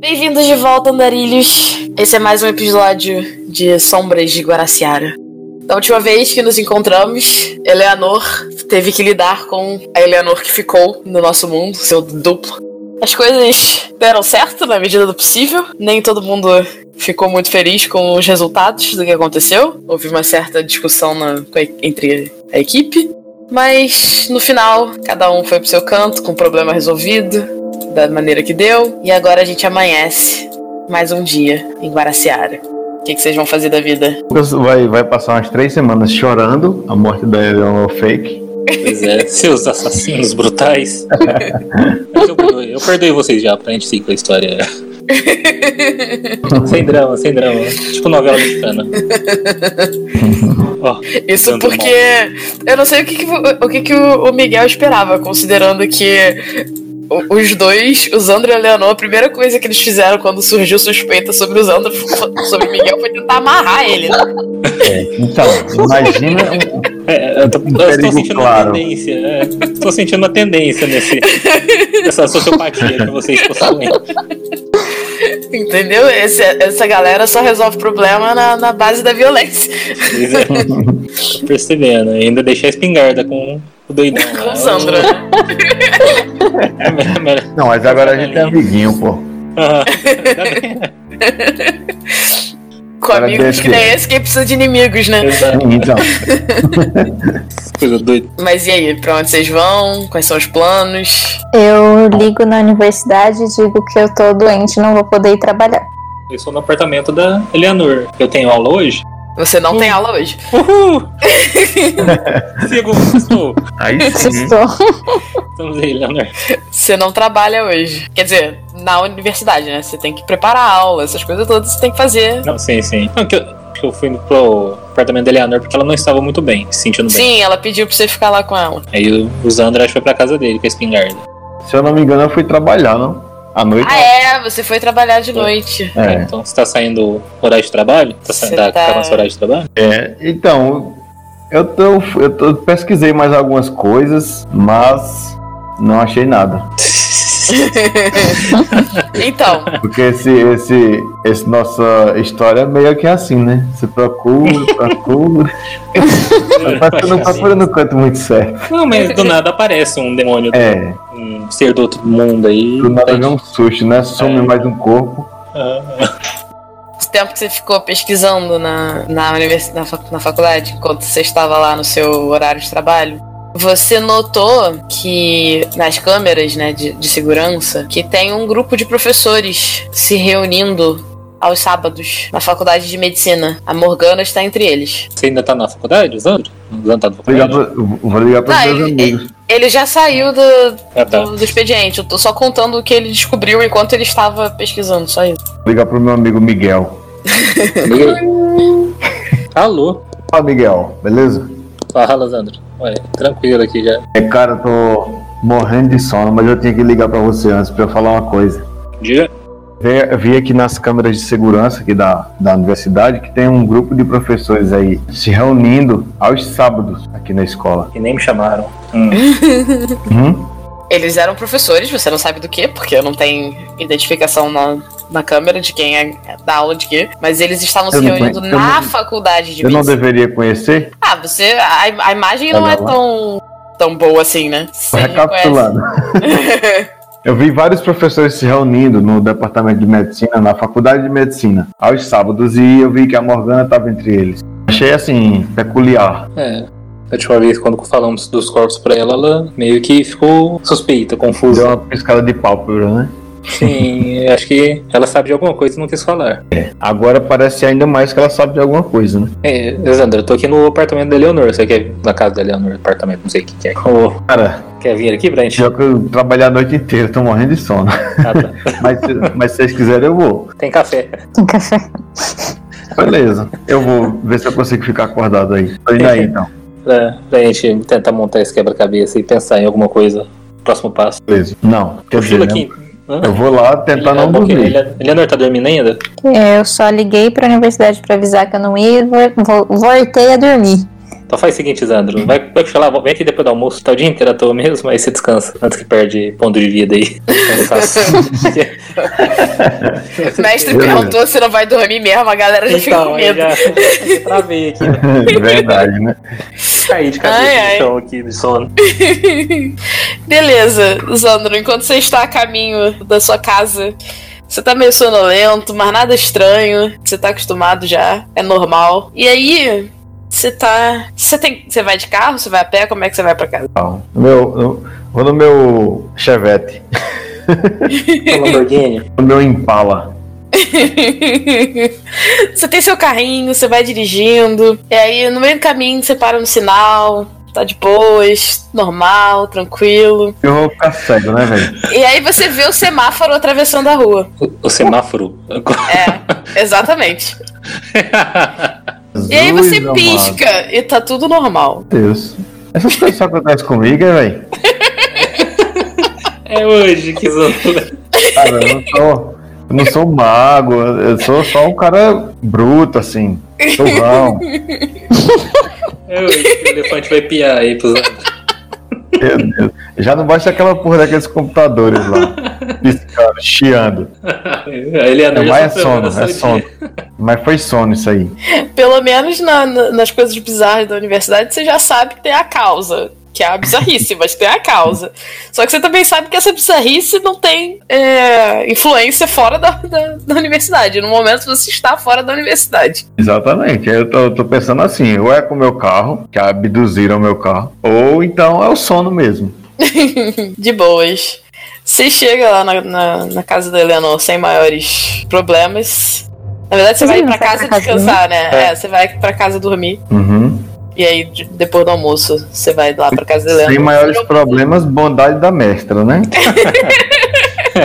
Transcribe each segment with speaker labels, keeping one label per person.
Speaker 1: Bem-vindos de volta, andarilhos. Esse é mais um episódio de Sombras de Guaraciara. Da última vez que nos encontramos, Eleanor teve que lidar com a Eleanor que ficou no nosso mundo, seu duplo. As coisas deram certo na medida do possível. Nem todo mundo ficou muito feliz com os resultados do que aconteceu. Houve uma certa discussão na- com a- entre a equipe. Mas no final, cada um foi pro seu canto, com o problema resolvido, da maneira que deu. E agora a gente amanhece mais um dia em Guaraciara. O que, que vocês vão fazer da vida?
Speaker 2: Lucas vai, vai passar umas três semanas chorando a morte da Eleanor Fake.
Speaker 3: Pois é, seus assassinos brutais. Mas eu perdoei, eu perdoei vocês já pra gente seguir com a história. sem drama, sem drama. Tipo novela mexicana. Ó,
Speaker 1: Isso
Speaker 3: Tanto
Speaker 1: porque eu não sei o que, que, vo- o, que, que o o Miguel esperava, considerando que o- os dois, o Zandro e a Leonor, a primeira coisa que eles fizeram quando surgiu suspeita sobre o Zandro, sobre o Miguel, foi tentar amarrar ele. né?
Speaker 2: Então, imagina.
Speaker 3: é, eu, tô, eu
Speaker 2: Um
Speaker 3: estou
Speaker 2: perigo
Speaker 3: sentindo
Speaker 2: claro.
Speaker 3: uma tendência. é, estou sentindo uma tendência nesse, nessa sociopatia que vocês possuem.
Speaker 1: Entendeu? Esse- essa galera só resolve problema na, na base da violência.
Speaker 3: Pois é. Tô percebendo. Ainda deixei a espingarda com o doidão.
Speaker 1: Com
Speaker 3: lá.
Speaker 1: o Sandro, né?
Speaker 3: É melhor- melhor-
Speaker 2: um- Não, mas agora a gente é amiguinho, pô.
Speaker 3: Ah,
Speaker 1: Com
Speaker 2: Cara,
Speaker 1: amigos
Speaker 2: desse-
Speaker 1: que nem esse que precisa de inimigos, né?
Speaker 3: exato.
Speaker 2: Então,
Speaker 3: Coisa doida.
Speaker 1: Mas e aí, pra onde vocês vão? Quais são os planos?
Speaker 4: Eu ligo na universidade e digo que eu tô doente não vou poder ir trabalhar.
Speaker 3: Eu sou no apartamento da Eleanor. Eu tenho aula hoje?
Speaker 1: Você não tem aula hoje.
Speaker 3: Uhul! Sigo, estou.
Speaker 2: aí sim.
Speaker 4: Assustou.
Speaker 3: Estamos aí, Eleanor.
Speaker 1: Você não trabalha hoje. Quer dizer, na universidade, né? Você tem que preparar a aula, essas coisas todas você tem que fazer.
Speaker 3: Não, sim, sim. Não, que eu, que eu fui pro apartamento da Eleanor porque ela não estava muito bem, se sentindo bem.
Speaker 1: Sim, ela pediu pra você ficar lá com ela.
Speaker 3: Aí o o Zandra acho que foi pra casa dele com né? a espingarda.
Speaker 2: Se eu não me engano, eu fui trabalhar, não? À noite?
Speaker 1: Ah, é? Você foi trabalhar de noite.
Speaker 2: É.
Speaker 3: Então, você tá saindo horário de trabalho? Tá
Speaker 1: Você
Speaker 3: saindo da
Speaker 1: tá-
Speaker 3: tá... nosso horário de trabalho?
Speaker 2: É, Então, eu, tô, eu tô- pesquisei mais algumas coisas, mas não achei nada.
Speaker 1: então,
Speaker 2: Porque esse, esse, esse nossa história é meio que assim, né? Você procura, procura. mas você não procura no canto muito certo.
Speaker 3: Não, mas do nada aparece um demônio,
Speaker 2: É,
Speaker 3: um ser do outro mundo aí.
Speaker 2: do nada vem um susto, né? Some
Speaker 3: É.
Speaker 2: mais um corpo.
Speaker 3: Ah,
Speaker 1: o tempo que você ficou pesquisando na, na, universi- na, fac- na faculdade, enquanto você estava lá no seu horário de trabalho, você notou que nas câmeras né, de, de segurança que tem um grupo de professores se reunindo aos sábados na faculdade de medicina. A Morgana está entre eles.
Speaker 3: Você ainda tá na faculdade, Zandra? O Zandra tá na
Speaker 2: Vou ligar
Speaker 3: faculdade?
Speaker 2: pra, vou ligar pros
Speaker 1: Ah,
Speaker 2: meus
Speaker 1: ele-
Speaker 2: amigos.
Speaker 1: Ele já saiu do,
Speaker 3: Ah, tá.
Speaker 1: do, do expediente. Eu tô só contando o que ele descobriu enquanto ele estava pesquisando, só isso.
Speaker 2: Vou ligar pro meu amigo Miguel.
Speaker 3: Alô?
Speaker 2: Fala, Miguel, beleza?
Speaker 3: Fala, Zandra. Ué, tranquilo aqui já.
Speaker 2: É, cara, eu tô morrendo de sono, mas eu tinha que ligar pra você antes pra eu falar uma coisa.
Speaker 3: Diga.
Speaker 2: Ve- Eu vi aqui nas câmeras de segurança aqui da, da universidade que tem um grupo de professores aí se reunindo aos sábados aqui na escola.
Speaker 3: E nem me chamaram.
Speaker 2: Hum?
Speaker 1: Eles eram professores, você não sabe do que, porque não tem identificação na, na câmera de quem é da aula de quê, mas eles estavam se
Speaker 2: Eu não
Speaker 1: reunindo
Speaker 2: conhe- eu
Speaker 1: na
Speaker 2: não-
Speaker 1: faculdade de
Speaker 2: Eu não
Speaker 1: medicina.
Speaker 2: deveria conhecer?
Speaker 1: Ah, você. A, a imagem não
Speaker 2: Olha
Speaker 1: é
Speaker 2: lá.
Speaker 1: tão, tão boa assim, né? Você
Speaker 2: Recapitulando.
Speaker 1: reconhece.
Speaker 2: Eu vi vários professores se reunindo no departamento de medicina, na faculdade de medicina, aos sábados, e eu vi que a Morgana estava entre eles. Achei assim, peculiar.
Speaker 3: É. A última vez, quando falamos dos corpos pra ela, ela meio que ficou suspeita,
Speaker 2: Deu
Speaker 3: confusa.
Speaker 2: uma piscada de pálpebra, né?
Speaker 3: Sim, acho que ela sabe de alguma coisa e não quis falar.
Speaker 2: Agora parece ainda mais que ela sabe de alguma coisa, né?
Speaker 3: É, Zandra, eu tô aqui no apartamento da Eleonor. Você quer na casa da Eleonor, apartamento, não sei o que que é. Ô,
Speaker 2: Cara,
Speaker 3: quer vir aqui pra gente?
Speaker 2: já que eu trabalhei a noite inteira, tô morrendo de sono.
Speaker 3: Ah, tá.
Speaker 2: Mas, se- mas se vocês quiserem, eu vou.
Speaker 3: Tem café.
Speaker 4: Tem café.
Speaker 2: Beleza. Eu vou ver se eu consigo ficar acordado aí. Tô indo aí, então.
Speaker 3: Pra, pra gente tentar montar esse quebra-cabeça e pensar em alguma coisa. Próximo passo.
Speaker 2: Beleza. Não, quer dizer,
Speaker 3: Fila
Speaker 2: né?
Speaker 3: aqui. Hã?
Speaker 2: eu vou lá tentar não
Speaker 3: Ele-
Speaker 2: dormir.
Speaker 3: Ele- Eleanor tá dormindo ainda?
Speaker 4: Eu só liguei pra universidade pra avisar que eu não ia e vo- vo- voltei a dormir.
Speaker 3: Só Então faz o seguinte, Zandro. Vai, vai puxar lá, vem aqui depois do almoço. Tá o dia inteiro à toa mesmo, aí você descansa. Antes que perde ponto de vida aí. Cansaço.
Speaker 1: Mestre perguntou se não vai dormir mesmo, a galera já fica com
Speaker 3: então, aí
Speaker 1: medo.
Speaker 3: já já travei aqui. né?
Speaker 2: Verdade, né?
Speaker 3: Caí de cabeça
Speaker 1: Ai, ai.
Speaker 3: no chão aqui de sono.
Speaker 1: Beleza, Zandro, enquanto você está a caminho da sua casa, você tá meio sonolento, mas nada estranho. Você tá acostumado já, é normal. E aí, você tá. Você tem. Você vai de carro? Você vai a pé? Como é que você vai pra casa?
Speaker 2: Não. Meu, eu vou no meu Chevette,
Speaker 3: O Lamborghini.
Speaker 2: no meu Impala.
Speaker 1: você tem seu carrinho, você vai dirigindo. E aí, no meio do caminho, você para no sinal. Tá de boas, normal, tranquilo.
Speaker 2: Eu vou ficar cego, né, velho?
Speaker 1: E aí você vê o semáforo atravessando a rua.
Speaker 3: O, o semáforo.
Speaker 1: É, exatamente. E aí
Speaker 2: Jesus
Speaker 1: você
Speaker 2: amado.
Speaker 1: pisca e tá tudo normal.
Speaker 2: Deus. Essas coisas só acontecem comigo, hein, velho?
Speaker 3: É hoje que Zandro.
Speaker 2: Cara, eu não sou, eu não sou mago, eu sou só um cara bruto, assim. Churrão.
Speaker 3: É hoje que o elefante vai piar aí pro Zandro.
Speaker 2: Meu Deus. Já não basta aquela porra daqueles computadores lá. Piscando, chiando.
Speaker 3: Ele
Speaker 2: Não, mas é
Speaker 3: já superou
Speaker 2: sono,
Speaker 3: essa
Speaker 2: é sono.
Speaker 3: dia.
Speaker 2: Mas foi sono isso aí.
Speaker 1: Pelo menos na- na- nas coisas bizarras da universidade, você já sabe que tem a causa. Que é a bizarrice, mas tem a causa. Só que você também sabe que essa bizarrice não tem é, influência fora da, da- da universidade. No momento você está fora da universidade.
Speaker 2: Exatamente. Eu tô, eu tô pensando assim, ou é com o meu carro, que abduziram o meu carro, ou então é o sono mesmo.
Speaker 1: De boas. Você chega lá na, na- na casa da Eleanor sem maiores problemas. Na verdade, você
Speaker 4: Você
Speaker 1: vai
Speaker 4: não
Speaker 1: pra
Speaker 4: vai
Speaker 1: casa
Speaker 4: pra casa
Speaker 1: descansar, né? É, você vai pra casa dormir.
Speaker 2: Uhum.
Speaker 1: E aí, de- depois do almoço, você vai lá pra casa da Helena.
Speaker 2: Sem maiores problemas, bondade da mestra, né?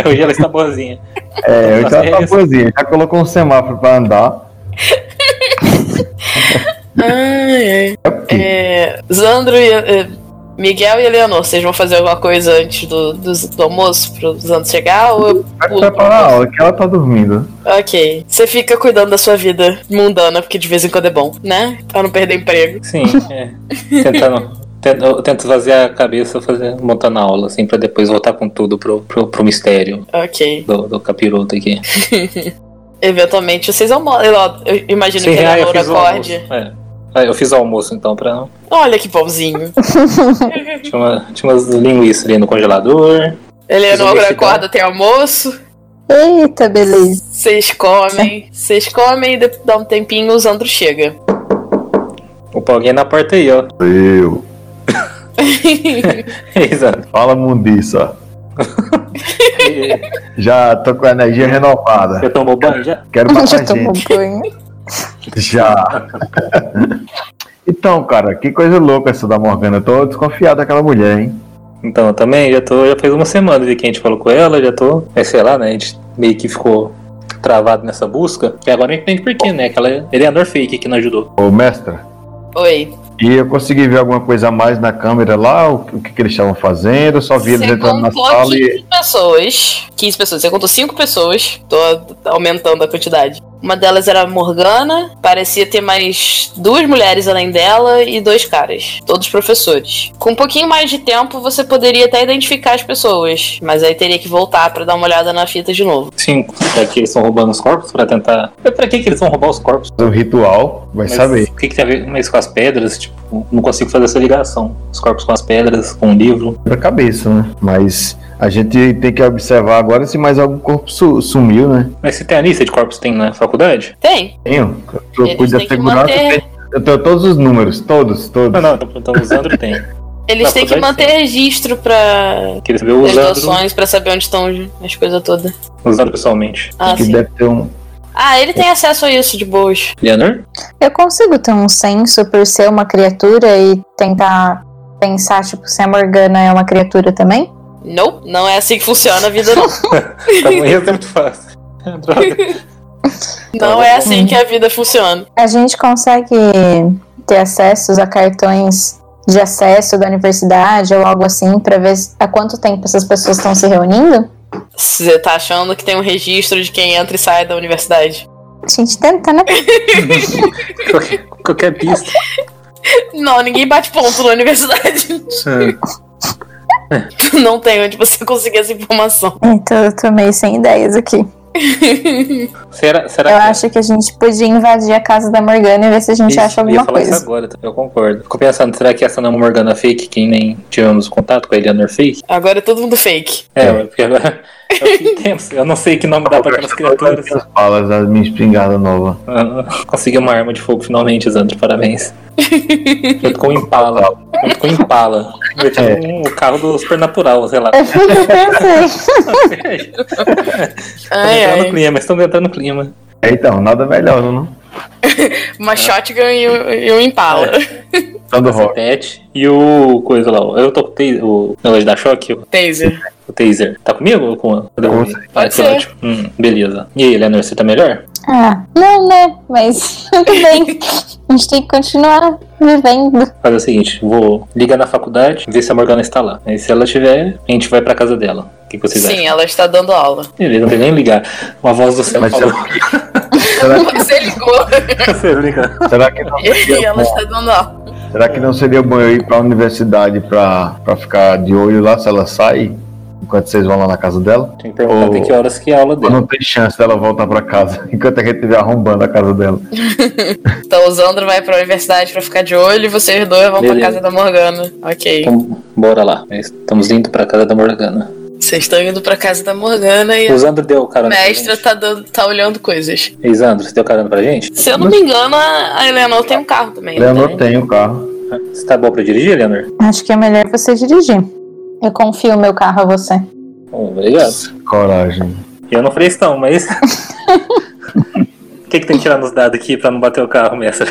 Speaker 3: É, Hoje ela está boazinha.
Speaker 2: É, eu
Speaker 3: Nossa,
Speaker 2: já tá
Speaker 3: isso.
Speaker 2: boazinha, já colocou um semáforo pra andar.
Speaker 1: Ai, ai. Ah, É, Zandro e. é, Miguel e Eleanor, vocês vão fazer alguma coisa antes do, do, do almoço pro Zandro chegar? Ou eu
Speaker 2: Vai
Speaker 1: pulo pro
Speaker 2: preparar a
Speaker 1: almoço?
Speaker 2: aula, que ela tá dormindo.
Speaker 1: Ok. Você fica cuidando da sua vida mundana, porque de vez em quando é bom, né? Pra não perder emprego.
Speaker 3: Sim, é. Tentando. tento- Eu tento esvaziar a cabeça fazer, montando a aula, assim, pra depois voltar com tudo pro, pro, pro mistério
Speaker 1: Ok.
Speaker 3: do, do capiroto aqui.
Speaker 1: Eventualmente vocês almoçam. Eu eu imagino
Speaker 3: Sim,
Speaker 1: que a
Speaker 3: ah,
Speaker 1: Eleanor
Speaker 3: o almoço.
Speaker 1: um acorde.
Speaker 3: É. Ah, eu fiz o almoço então pra.
Speaker 1: Olha que bonzinho.
Speaker 3: Tinha, uma, tinha umas linguiças ali no congelador. Fiz um
Speaker 1: Eleanor
Speaker 3: mexicano.
Speaker 1: acorda, tem almoço.
Speaker 4: Eita, beleza.
Speaker 1: Vocês comem, vocês comem e de- dá um tempinho o Zandro chega.
Speaker 3: Opa, alguém na porta aí, ó. É,
Speaker 2: Eu.
Speaker 3: Exato.
Speaker 2: Fala, mundiça. Já tô com a energia renovada.
Speaker 3: Você tomou banho já?
Speaker 2: Quero matar
Speaker 4: Já tá tomou
Speaker 2: gente.
Speaker 4: banho.
Speaker 2: Já. então, cara, que coisa louca essa da Morgana. Eu tô desconfiado daquela mulher, hein?
Speaker 3: Então, eu também já tô. Já fez uma semana de que a gente falou com ela, já tô. É, sei lá, né? A gente meio que ficou travado nessa busca. E agora a gente entende por quê, né? Aquela Eleanor fake que não ajudou.
Speaker 2: Ô, mestra.
Speaker 1: Oi.
Speaker 2: E eu consegui ver alguma coisa a mais na câmera lá, o o que, que eles estavam fazendo, só vi eles
Speaker 1: Você é um
Speaker 2: entrando na
Speaker 1: contou
Speaker 2: sala
Speaker 1: 15
Speaker 2: e.
Speaker 1: pessoas. 15 pessoas. Você contou 5 pessoas. Tô aumentando a quantidade. Uma delas era a Morgana. Parecia ter mais duas mulheres além dela e dois caras. Todos professores. Com um pouquinho mais de tempo, você poderia até identificar as pessoas. Mas aí teria que voltar pra dar uma olhada na fita de novo.
Speaker 3: Cinco. Será que eles estão roubando os corpos pra tentar. Mas Pra que, que eles vão roubar os corpos?
Speaker 2: O um ritual, vai
Speaker 3: Mas
Speaker 2: saber.
Speaker 3: O que, que tem a ver mais com as pedras? Tipo, não consigo fazer essa ligação. Os corpos com as pedras, com o livro.
Speaker 2: Pra cabeça, né? Mas a gente tem que observar agora se mais algum corpo su- sumiu, né?
Speaker 3: Mas você tem a lista de corpos que tem na faculdade?
Speaker 1: Tem.
Speaker 2: Tenho. Eu
Speaker 1: Eles
Speaker 2: cuido da
Speaker 1: têm que
Speaker 2: segurança.
Speaker 1: manter-
Speaker 2: tem- Eu tenho todos os números, todos, todos.
Speaker 3: Ah, Não, não, eu tô perguntando, o Zandro tem.
Speaker 1: Eles
Speaker 2: Ah,
Speaker 3: Na
Speaker 1: têm que
Speaker 3: faculdade,
Speaker 1: manter registro pra.
Speaker 3: Queria saber o
Speaker 1: Das
Speaker 3: Zandro,
Speaker 1: doações pra saber onde estão as coisas todas.
Speaker 3: o Zandro pessoalmente.
Speaker 1: Ah,
Speaker 2: que
Speaker 1: sim.
Speaker 2: deve ter um.
Speaker 1: Ah, ele tem acesso a isso de boas.
Speaker 3: Leonor?
Speaker 4: Eu consigo ter um senso por ser uma criatura e tentar pensar, tipo, se a Morgana é uma criatura também?
Speaker 1: Não, não é assim que funciona a vida, não.
Speaker 3: Pra amanhã é muito fácil. Droga.
Speaker 1: Não é assim que a vida funciona.
Speaker 4: A gente consegue ter acessos a cartões de acesso da universidade ou algo assim pra ver há quanto tempo essas pessoas estão se reunindo?
Speaker 1: Você tá achando que tem um registro de quem entra e sai da universidade?
Speaker 4: tá, A gente tenta, né?
Speaker 3: Qualquer, qualquer pista.
Speaker 1: Não, ninguém bate ponto na universidade. Não tem onde você conseguir essa informação.
Speaker 4: Então eu tô meio sem ideias aqui.
Speaker 3: Será, será
Speaker 4: Eu
Speaker 3: que
Speaker 4: acho que a gente podia invadir a casa da Morgana e ver se a gente
Speaker 3: Isso,
Speaker 4: acha
Speaker 3: eu ia
Speaker 4: alguma
Speaker 3: falar
Speaker 4: coisa.
Speaker 3: Isso agora, eu concordo. Fico pensando, será que essa não é uma Morgana fake, que nem tivemos contato com a Eleanor fake?
Speaker 1: Agora é todo mundo fake.
Speaker 3: É, porque agora é o que temos. Eu não sei que nome dá pra aquelas criaturas.
Speaker 2: As balas da minha espingarda nova.
Speaker 3: Ah, Consegui uma arma de fogo finalmente, Zandro, parabéns. Junto com o Impala. Junto com o Impala. Eu tinha
Speaker 2: É.
Speaker 3: um- o carro do Supernatural, sei lá.
Speaker 4: Eu pensei.
Speaker 3: Tô
Speaker 1: Ai,
Speaker 3: entrando no
Speaker 1: ai.
Speaker 3: clima, estão entrando no clima.
Speaker 2: É, então, nada melhor, não?
Speaker 1: Uma
Speaker 3: né?
Speaker 1: shotgun e um, e um impala.
Speaker 3: É.
Speaker 2: Tanto
Speaker 3: O
Speaker 2: Então, rock.
Speaker 3: Pet e o coisa lá. ó. Eu tô com o taser, o negócio da choque, o-
Speaker 1: Taser.
Speaker 3: o taser. Tá comigo ou com a?
Speaker 2: Com
Speaker 3: Ah,
Speaker 2: você.
Speaker 1: Pode
Speaker 3: que
Speaker 1: ser.
Speaker 3: ótimo. Hum, beleza. E aí, Eleanor, você tá melhor?
Speaker 4: Ah, não, né? Mas tudo bem. A gente tem que continuar vivendo.
Speaker 3: fazer o seguinte, vou ligar na faculdade, ver se a Morgana está lá. Aí se ela estiver, a gente vai pra casa dela. O que, que vocês acham?
Speaker 1: Sim, ela está dando aula.
Speaker 3: Beleza, não tem nem ligar. Uma voz do céu
Speaker 2: Mas
Speaker 3: falou.
Speaker 2: Será que,
Speaker 1: Você ligou
Speaker 3: Você brinca.
Speaker 2: será que não
Speaker 1: e
Speaker 2: seria
Speaker 3: é.
Speaker 1: ela
Speaker 2: bom?
Speaker 1: está dando aula.
Speaker 2: Será que não seria bom eu ir pra universidade pra, pra ficar de olho lá se ela sai? Enquanto vocês vão lá na casa dela?
Speaker 3: Tem que
Speaker 2: Ô.
Speaker 3: perguntar até que horas que é a aula dela.
Speaker 2: Não tem chance dela voltar pra casa enquanto a gente estiver arrombando a casa dela.
Speaker 1: Então o Zandro vai pra universidade pra ficar de olho e vocês dois vão pra
Speaker 3: Beleza.
Speaker 1: casa da Morgana. Ok.
Speaker 3: Então, bora lá. Estamos indo pra casa da Morgana.
Speaker 1: Vocês estão indo pra casa da Morgana e
Speaker 3: O
Speaker 1: o
Speaker 3: Zandro deu carona pra
Speaker 1: mestre
Speaker 3: gente.
Speaker 1: tá, dando, tá olhando coisas.
Speaker 3: Ei, Zandro, você deu carona pra gente?
Speaker 1: Se eu não me engano, a a Eleanor tem um carro também.
Speaker 2: Leandro
Speaker 1: então.
Speaker 2: tem o carro.
Speaker 3: Você tá bom pra dirigir, Eleanor?
Speaker 4: Acho que é melhor você dirigir. Eu confio o meu carro a você.
Speaker 3: Bom, obrigado.
Speaker 2: Coragem.
Speaker 3: Eu não falei isso não, mas... O que, que tem que tirar nos dados aqui pra não bater o carro, mestre?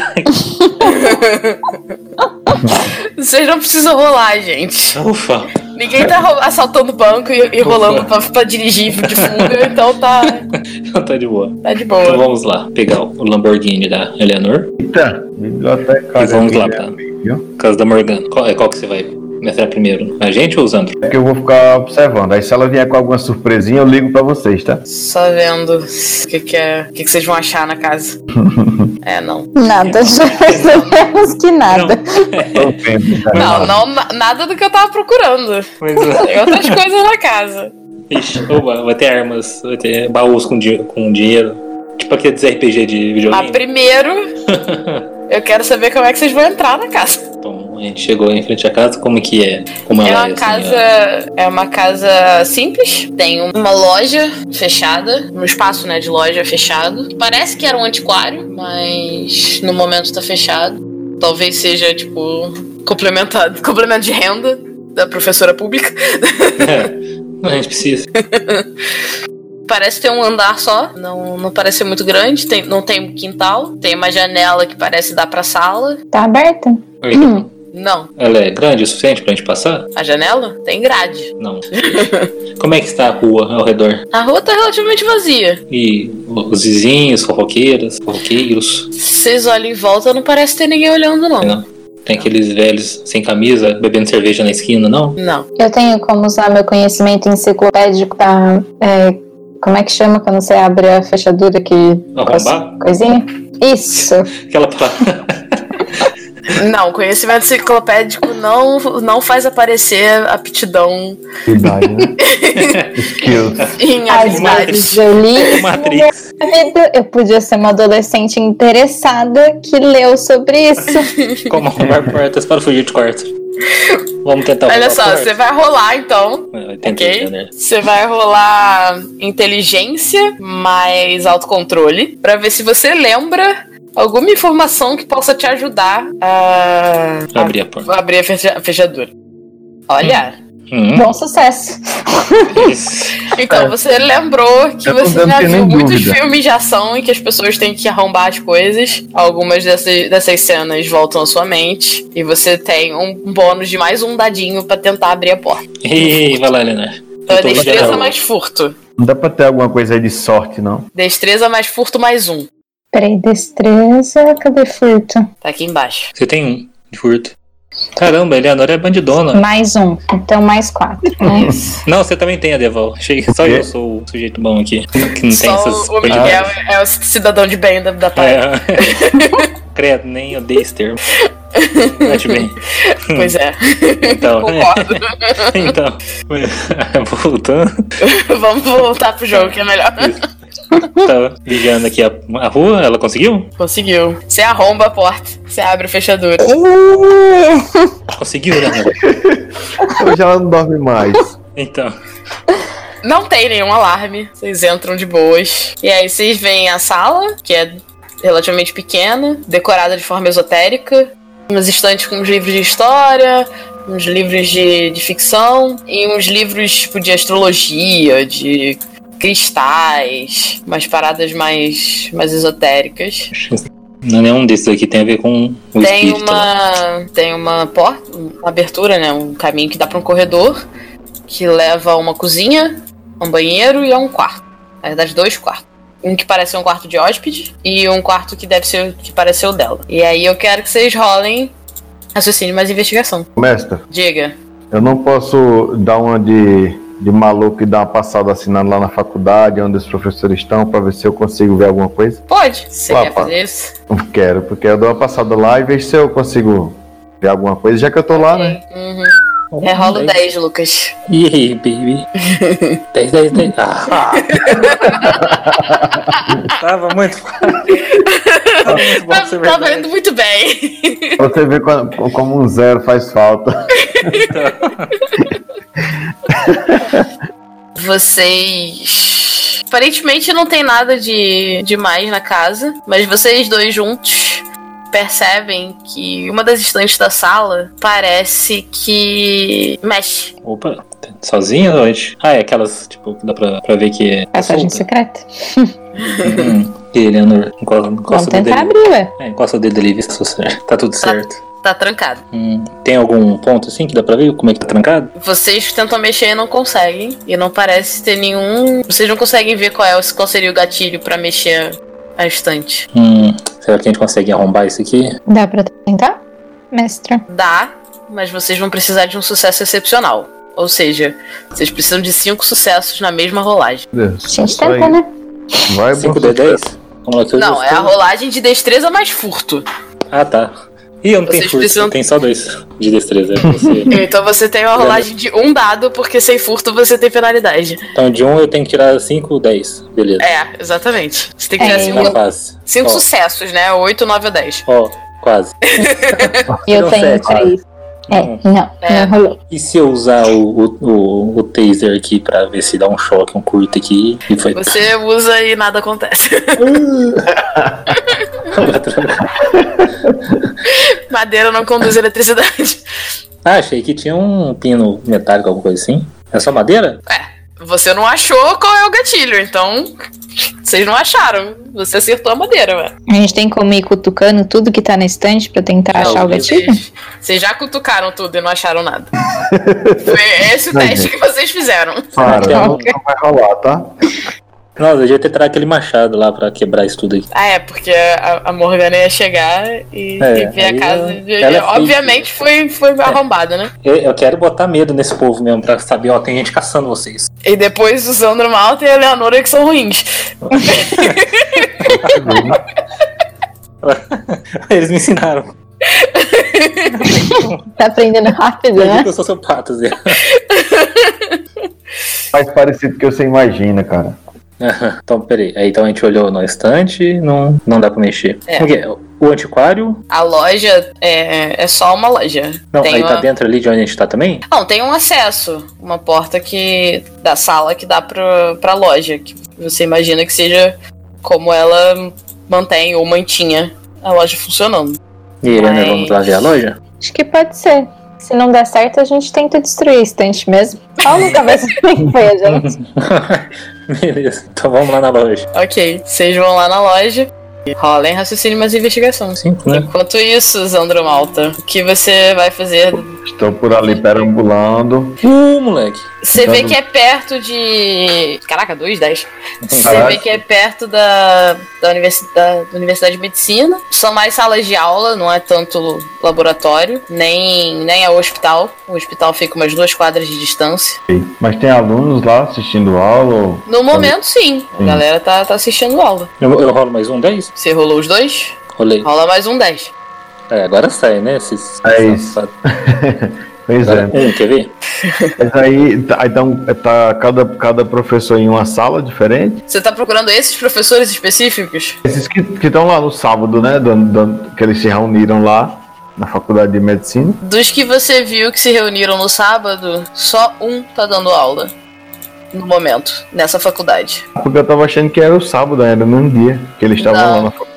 Speaker 1: Vocês não precisam rolar, gente.
Speaker 3: Ufa!
Speaker 1: Ninguém tá rou- assaltando o banco e, e
Speaker 3: Ufa.
Speaker 1: rolando pra, pra dirigir de fuga, então tá,
Speaker 3: tá de boa.
Speaker 1: tá de
Speaker 3: Então
Speaker 1: boa.
Speaker 3: vamos lá, pegar o Lamborghini da Eleanor.
Speaker 2: Eita, bibliotecária.
Speaker 3: E vamos lá,
Speaker 2: aqui,
Speaker 3: tá?
Speaker 2: né, viu?
Speaker 3: Casa da Morgana. Qual, é qual que você vai mestrar primeiro? A gente ou o Zandro?
Speaker 2: É que eu vou ficar observando. Aí se ela vier com alguma surpresinha, eu ligo pra vocês, tá?
Speaker 1: Só vendo o que, que, é, o que, que vocês vão achar na casa. é, não.
Speaker 4: Nada, já percebemos que nada.
Speaker 2: Tô vendo, tá?
Speaker 1: Não, não, na- nada do que eu tava procurando.
Speaker 3: Mas,
Speaker 1: Tem outras coisas na casa.
Speaker 3: Ixi, oba, vai ter armas, vai ter baús com, di- com dinheiro. Tipo aqueles RPG de
Speaker 1: Mas
Speaker 3: videogame.
Speaker 1: primeiro, eu quero saber como é que vocês vão entrar na casa.
Speaker 3: Então, a gente chegou em frente à casa, como que é? Como
Speaker 1: É
Speaker 3: ela
Speaker 1: uma
Speaker 3: assim,
Speaker 1: casa,
Speaker 3: ó?
Speaker 1: é uma casa simples. Tem uma loja fechada, um espaço, né, de loja fechado. Parece que era um antiquário, mas no momento tá fechado. Talvez seja tipo complementado, complemento de renda da professora pública.
Speaker 3: Não, a gente precisa.
Speaker 1: Parece ter um andar só, não, não parece ser muito grande, tem, não tem um quintal, tem uma janela que parece dar pra sala.
Speaker 4: Tá aberta? Hum.
Speaker 1: Não,
Speaker 3: Ela é grande o suficiente pra gente passar?
Speaker 1: a janela tem grade.
Speaker 3: Não. Como é que está a rua ao redor?
Speaker 1: A rua tá relativamente vazia.
Speaker 3: E os vizinhos, fofoqueiras, fofoqueiros?
Speaker 1: Vocês olham em volta, não parece ter ninguém olhando, não.
Speaker 3: Não. Tem aqueles velhos sem camisa bebendo cerveja na esquina, não?
Speaker 1: Não.
Speaker 4: Eu tenho como usar meu conhecimento enciclopédico pra. é, como é que chama quando você abre a fechadura que.
Speaker 3: Arrombar?
Speaker 4: Coisinha? Isso!
Speaker 3: Aquela palavra.
Speaker 1: Não, conhecimento enciclopédico não, não faz aparecer aptidão
Speaker 2: Idade, né? Skills.
Speaker 1: em
Speaker 4: Às
Speaker 1: habilidades.
Speaker 4: vezes eu li
Speaker 3: Matrix.
Speaker 4: vida, eu podia ser uma adolescente interessada que leu sobre isso.
Speaker 3: Como arrombar portas para fugir de quarto. Vamos tentar
Speaker 1: Olha
Speaker 3: arrombar
Speaker 1: só,
Speaker 3: portas.
Speaker 1: você vai rolar então.
Speaker 3: É, vai tentar,
Speaker 1: Ok.
Speaker 3: né?
Speaker 1: Você vai rolar inteligência mais autocontrole pra ver se você lembra alguma informação que possa te ajudar a,
Speaker 3: Pra Abrir a porta.
Speaker 1: a abrir a fecha- a fechadura. Olha,
Speaker 3: Hum.
Speaker 4: Bom sucesso.
Speaker 1: então você lembrou que
Speaker 2: Eu não
Speaker 1: você já viu
Speaker 2: tenho nem
Speaker 1: muitos
Speaker 2: dúvida.
Speaker 1: filmes de ação em que as pessoas têm que arrombar as coisas. Algumas dessas, dessas cenas voltam à sua mente e você tem um bônus de mais um dadinho pra tentar abrir a porta.
Speaker 3: Ei, vai lá, Helena.
Speaker 1: Então é
Speaker 3: Eu tô
Speaker 1: destreza
Speaker 3: ligado.
Speaker 1: mais furto.
Speaker 2: Não dá pra ter alguma coisa aí de sorte, não.
Speaker 1: Destreza mais furto mais um.
Speaker 4: Peraí, destreza, cadê furto?
Speaker 1: Tá aqui embaixo.
Speaker 3: Você tem um de furto. Caramba, a Eleanora é bandidona.
Speaker 4: Mais um, então mais quatro. né?
Speaker 3: Não, você também tem a Deval. Achei que só
Speaker 2: Quê?
Speaker 3: eu sou o sujeito bom aqui. Que não tem
Speaker 1: Só
Speaker 3: essas
Speaker 1: o
Speaker 3: coisas.
Speaker 1: Miguel é o cidadão de bem da, da
Speaker 3: Ah,
Speaker 1: parada.
Speaker 3: é. Credo, nem odeio esse termo. Note bem.
Speaker 1: Pois é,
Speaker 3: Então,
Speaker 1: concordo.
Speaker 3: então voltando,
Speaker 1: Vamos voltar pro jogo que é melhor.
Speaker 3: tava ligando aqui a, a rua, ela conseguiu?
Speaker 1: Conseguiu. Você arromba a porta, você abre a fechadura.
Speaker 4: Ih,
Speaker 3: Conseguiu, né?
Speaker 2: Hoje ela não dorme mais.
Speaker 3: Então,
Speaker 1: Não tem nenhum alarme, vocês entram de boas. E aí vocês veem a sala, que é relativamente pequena, decorada de forma esotérica. Umas estantes com uns livros de história, uns livros de, de ficção e uns livros tipo de astrologia, de cristais, umas paradas mais, mais esotéricas.
Speaker 3: é nenhum desses aqui tem a ver com o
Speaker 1: Tem
Speaker 3: espírito. né?
Speaker 1: uma, tem uma porta, uma abertura, né? Um caminho que dá pra um corredor que leva a uma cozinha, a um banheiro e a um quarto. Na verdade, dois quartos. Um que parece ser um quarto de hóspede e um quarto que deve ser que parece ser o dela. E aí eu quero que vocês rolem raciocínio mais investigação.
Speaker 2: Mestre,
Speaker 1: Diga.
Speaker 2: eu não posso dar uma de, de maluco e dar uma passada assinando lá na faculdade, onde os professores estão, pra ver se eu consigo ver alguma coisa?
Speaker 1: Pode. Você
Speaker 2: Opa.
Speaker 1: quer fazer isso?
Speaker 2: Não quero, porque eu dou uma passada lá e vejo se eu consigo ver alguma coisa, já que eu tô lá, né?
Speaker 1: Uhum. É, rola o 10, Lucas.
Speaker 3: E aí, né? baby? 10, 10, 10. Ah. Tava muito. Tava muito bom
Speaker 1: Tá,
Speaker 3: ser
Speaker 1: tá
Speaker 3: verdade.
Speaker 1: valendo muito bem.
Speaker 2: Pra você ver como, como um zero faz falta.
Speaker 1: Vocês. Aparentemente não tem nada de demais na casa, mas vocês dois juntos percebem que uma das estantes da sala parece que mexe.
Speaker 3: Opa, sozinha ou antes? Ah, é aquelas, tipo, que dá pra, pra ver que é.
Speaker 4: Passagem
Speaker 3: solta.
Speaker 4: secreta.
Speaker 3: Hum, E Eleanor encosta,
Speaker 4: Vamos
Speaker 3: encosta o dedo
Speaker 4: tentar
Speaker 3: dele.
Speaker 4: abrir, ué.
Speaker 3: É, encosta o dedo dele e vê se tá tudo- tá tudo certo.
Speaker 1: Tá trancado.
Speaker 3: Hum, tem algum ponto assim que dá pra ver como é que tá trancado?
Speaker 1: Vocês tentam mexer e não conseguem. E não parece ter nenhum. Vocês não conseguem ver qual, é, o- qual seria o gatilho pra mexer a estante.
Speaker 3: Hum, será que a gente consegue arrombar isso aqui?
Speaker 4: Dá pra tentar? Mestre.
Speaker 1: Dá, mas vocês vão precisar de um sucesso excepcional. Ou seja, vocês precisam de cinco sucessos na mesma rolagem.
Speaker 4: A gente tenta, né?
Speaker 2: Vai,
Speaker 3: 5
Speaker 2: É bom.
Speaker 3: d 10? Vamos lá, que eu
Speaker 1: Não,
Speaker 3: já
Speaker 1: é a
Speaker 3: estou-
Speaker 1: rolagem de destreza mais furto.
Speaker 3: Ah, tá. Ih, eu não
Speaker 1: Vocês
Speaker 3: tenho furto,
Speaker 1: precisam-
Speaker 3: tem só dois de destreza. é você.
Speaker 1: Então você tem uma rolagem de um dado, porque sem furto você tem penalidade.
Speaker 3: então, de um eu tenho que tirar 5, 10. Beleza.
Speaker 1: É, um exatamente. Você tem que
Speaker 4: É.
Speaker 1: tirar
Speaker 3: Tá
Speaker 1: cinco,
Speaker 3: fácil.
Speaker 1: cinco
Speaker 3: Ó,
Speaker 1: sucessos, né? Oito, nove ou dez.
Speaker 3: Ó, quase.
Speaker 4: E eu
Speaker 3: Não,
Speaker 4: tenho
Speaker 3: sete.
Speaker 4: três. É,
Speaker 3: Hum.
Speaker 4: não,
Speaker 1: É.
Speaker 4: não rolou.
Speaker 3: E se eu usar o, o, o, o taser aqui pra ver se dá um choque, um curto aqui? E foi.
Speaker 1: Você usa e nada acontece. Madeira não conduz eletricidade.
Speaker 3: ah, achei que tinha um pino metálico, alguma coisa assim. É só madeira?
Speaker 1: Você não achou qual é o gatilho, então. Vocês não acharam. Você acertou a madeira, ué.
Speaker 4: A gente tem como ir cutucando tudo que tá na estante pra tentar
Speaker 3: Não,
Speaker 4: achar o
Speaker 3: meu
Speaker 4: gatilho?
Speaker 1: Vocês, vocês já cutucaram tudo e não acharam nada. Foi esse o
Speaker 2: Não,
Speaker 1: teste
Speaker 2: gente.
Speaker 1: que vocês fizeram.
Speaker 2: Para,
Speaker 3: Não,
Speaker 2: não, não vai rolar, tá?
Speaker 3: Nossa, eu devia ter trago aquele machado lá pra quebrar isso tudo aqui.
Speaker 1: Ah, é, porque a, a Morgana ia chegar e,
Speaker 3: É,
Speaker 1: e ver a
Speaker 3: aí
Speaker 1: casa.
Speaker 3: ela-
Speaker 1: de-
Speaker 3: ela é fez
Speaker 1: obviamente foi, foi arrombada, né?
Speaker 3: Eu, eu quero botar medo nesse povo mesmo, pra saber, ó, tem gente caçando vocês.
Speaker 1: E depois o Sandro Malta e a Leonora que são ruins.
Speaker 3: Eles me ensinaram.
Speaker 4: Tá aprendendo rápido,
Speaker 3: Eu digo
Speaker 4: né?
Speaker 3: que eu sou seu pato, Zé.
Speaker 2: Faz parecido que você imagina, cara.
Speaker 3: então, peraí. Aí, então a gente olhou na estante, não, não dá pra mexer.
Speaker 1: É.
Speaker 3: O quê? O antiquário?
Speaker 1: A loja é, é só uma loja.
Speaker 3: Não,
Speaker 1: Tem
Speaker 3: aí
Speaker 1: uma-
Speaker 3: tá dentro ali de onde a gente tá também?
Speaker 1: Não, tem um acesso, uma porta que da sala que dá pra, pra loja, que você imagina que seja como ela mantém ou mantinha a loja funcionando.
Speaker 3: E Helena,
Speaker 1: Mas-
Speaker 3: vamos lá ver a loja?
Speaker 4: Acho que pode ser. Se não der certo, a gente tenta destruir a estante mesmo. um Ela nunca vai saber quem foi a gente.
Speaker 3: Beleza. Então vamos lá na loja.
Speaker 1: Ok, vocês vão lá na loja, rolem raciocínio mais investigação.
Speaker 3: Cinco, né?
Speaker 1: Enquanto isso, Sandro Malta, o que você vai fazer?
Speaker 2: Estou por ali perambulando.
Speaker 3: Uh, moleque.
Speaker 1: Você vê
Speaker 2: Dando-
Speaker 1: que é perto de. Caraca, 2, 10. Você
Speaker 2: Caraca.
Speaker 1: vê que é perto da, da, universi- da- da Universidade de Medicina. São mais salas de aula, não é tanto laboratório, nem, nem é o hospital. O hospital fica umas duas quadras de distância.
Speaker 2: Mas tem alunos lá assistindo aula.
Speaker 1: No momento, sim. A
Speaker 2: Sim.
Speaker 1: galera tá, tá assistindo aula.
Speaker 3: Eu, eu rolo mais um 10?
Speaker 1: Você rolou os dois?
Speaker 3: Rolei.
Speaker 1: Rola mais um 10.
Speaker 3: É, agora sai, né? Esses,
Speaker 2: É isso.
Speaker 3: safado.
Speaker 2: Pois
Speaker 3: Agora,
Speaker 2: é.
Speaker 3: um, quer ver?
Speaker 2: Mas aí, tá- então, tá cada, cada professor em uma sala diferente?
Speaker 1: Você tá procurando esses professores específicos?
Speaker 2: Esses que estão lá no sábado, né? do- do- que eles se reuniram lá na faculdade de medicina.
Speaker 1: Dos que você viu que se reuniram no sábado, só um tá dando aula. No momento, nessa faculdade.
Speaker 2: Porque eu tava achando que era o sábado, né, era no mesmo dia que eles estavam
Speaker 1: Não.
Speaker 2: lá na faculdade.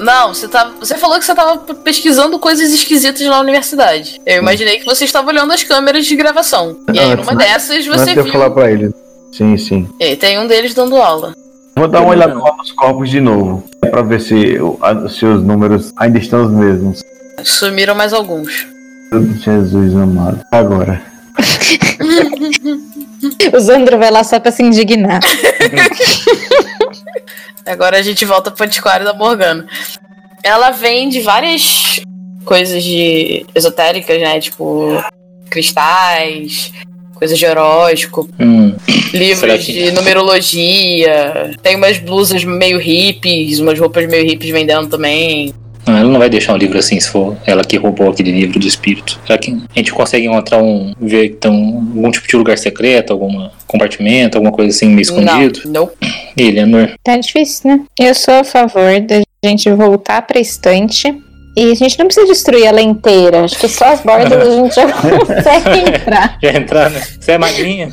Speaker 1: Não, você, tá, você falou que você tava pesquisando coisas esquisitas na universidade.
Speaker 2: Hum.
Speaker 1: Eu imaginei que você estava olhando as câmeras de gravação. E aí,
Speaker 2: Antes,
Speaker 1: numa
Speaker 2: né?
Speaker 1: dessas,
Speaker 2: Antes
Speaker 1: você
Speaker 2: de eu falar
Speaker 1: viu.
Speaker 2: pra eles. Sim, sim.
Speaker 1: E aí, tem um deles dando aula.
Speaker 2: Vou
Speaker 1: Uhum.
Speaker 2: dar uma
Speaker 3: Beleza.
Speaker 2: olhada lá nos corpos de novo. é Pra ver se, o- a- se os números ainda estão os mesmos.
Speaker 1: Sumiram mais alguns.
Speaker 2: Jesus amado. Agora.
Speaker 4: O Zandro vai lá só pra se indignar.
Speaker 1: Agora a gente volta pro antiquário da Morgana. Ela vende várias coisas de esotéricas, né? Tipo, cristais, coisas de horóscopo,
Speaker 3: Hum, Será
Speaker 1: livros
Speaker 3: que-
Speaker 1: de numerologia. Tem umas blusas meio hippies, umas roupas meio hippies vendendo também.
Speaker 3: não, ela não vai deixar um livro assim, se for ela que roubou aquele livro do espírito. Será que a gente consegue encontrar um. ver que tem um- algum tipo de lugar secreto, algum compartimento, alguma coisa assim meio escondido?
Speaker 1: Não, não.
Speaker 3: E Eleanor,
Speaker 4: Tá difícil, né? Eu sou a favor da gente voltar pra estante. E a gente não precisa destruir ela inteira. Acho que só as bordas a gente já consegue entrar.
Speaker 3: já entrar, né? Você é magrinha?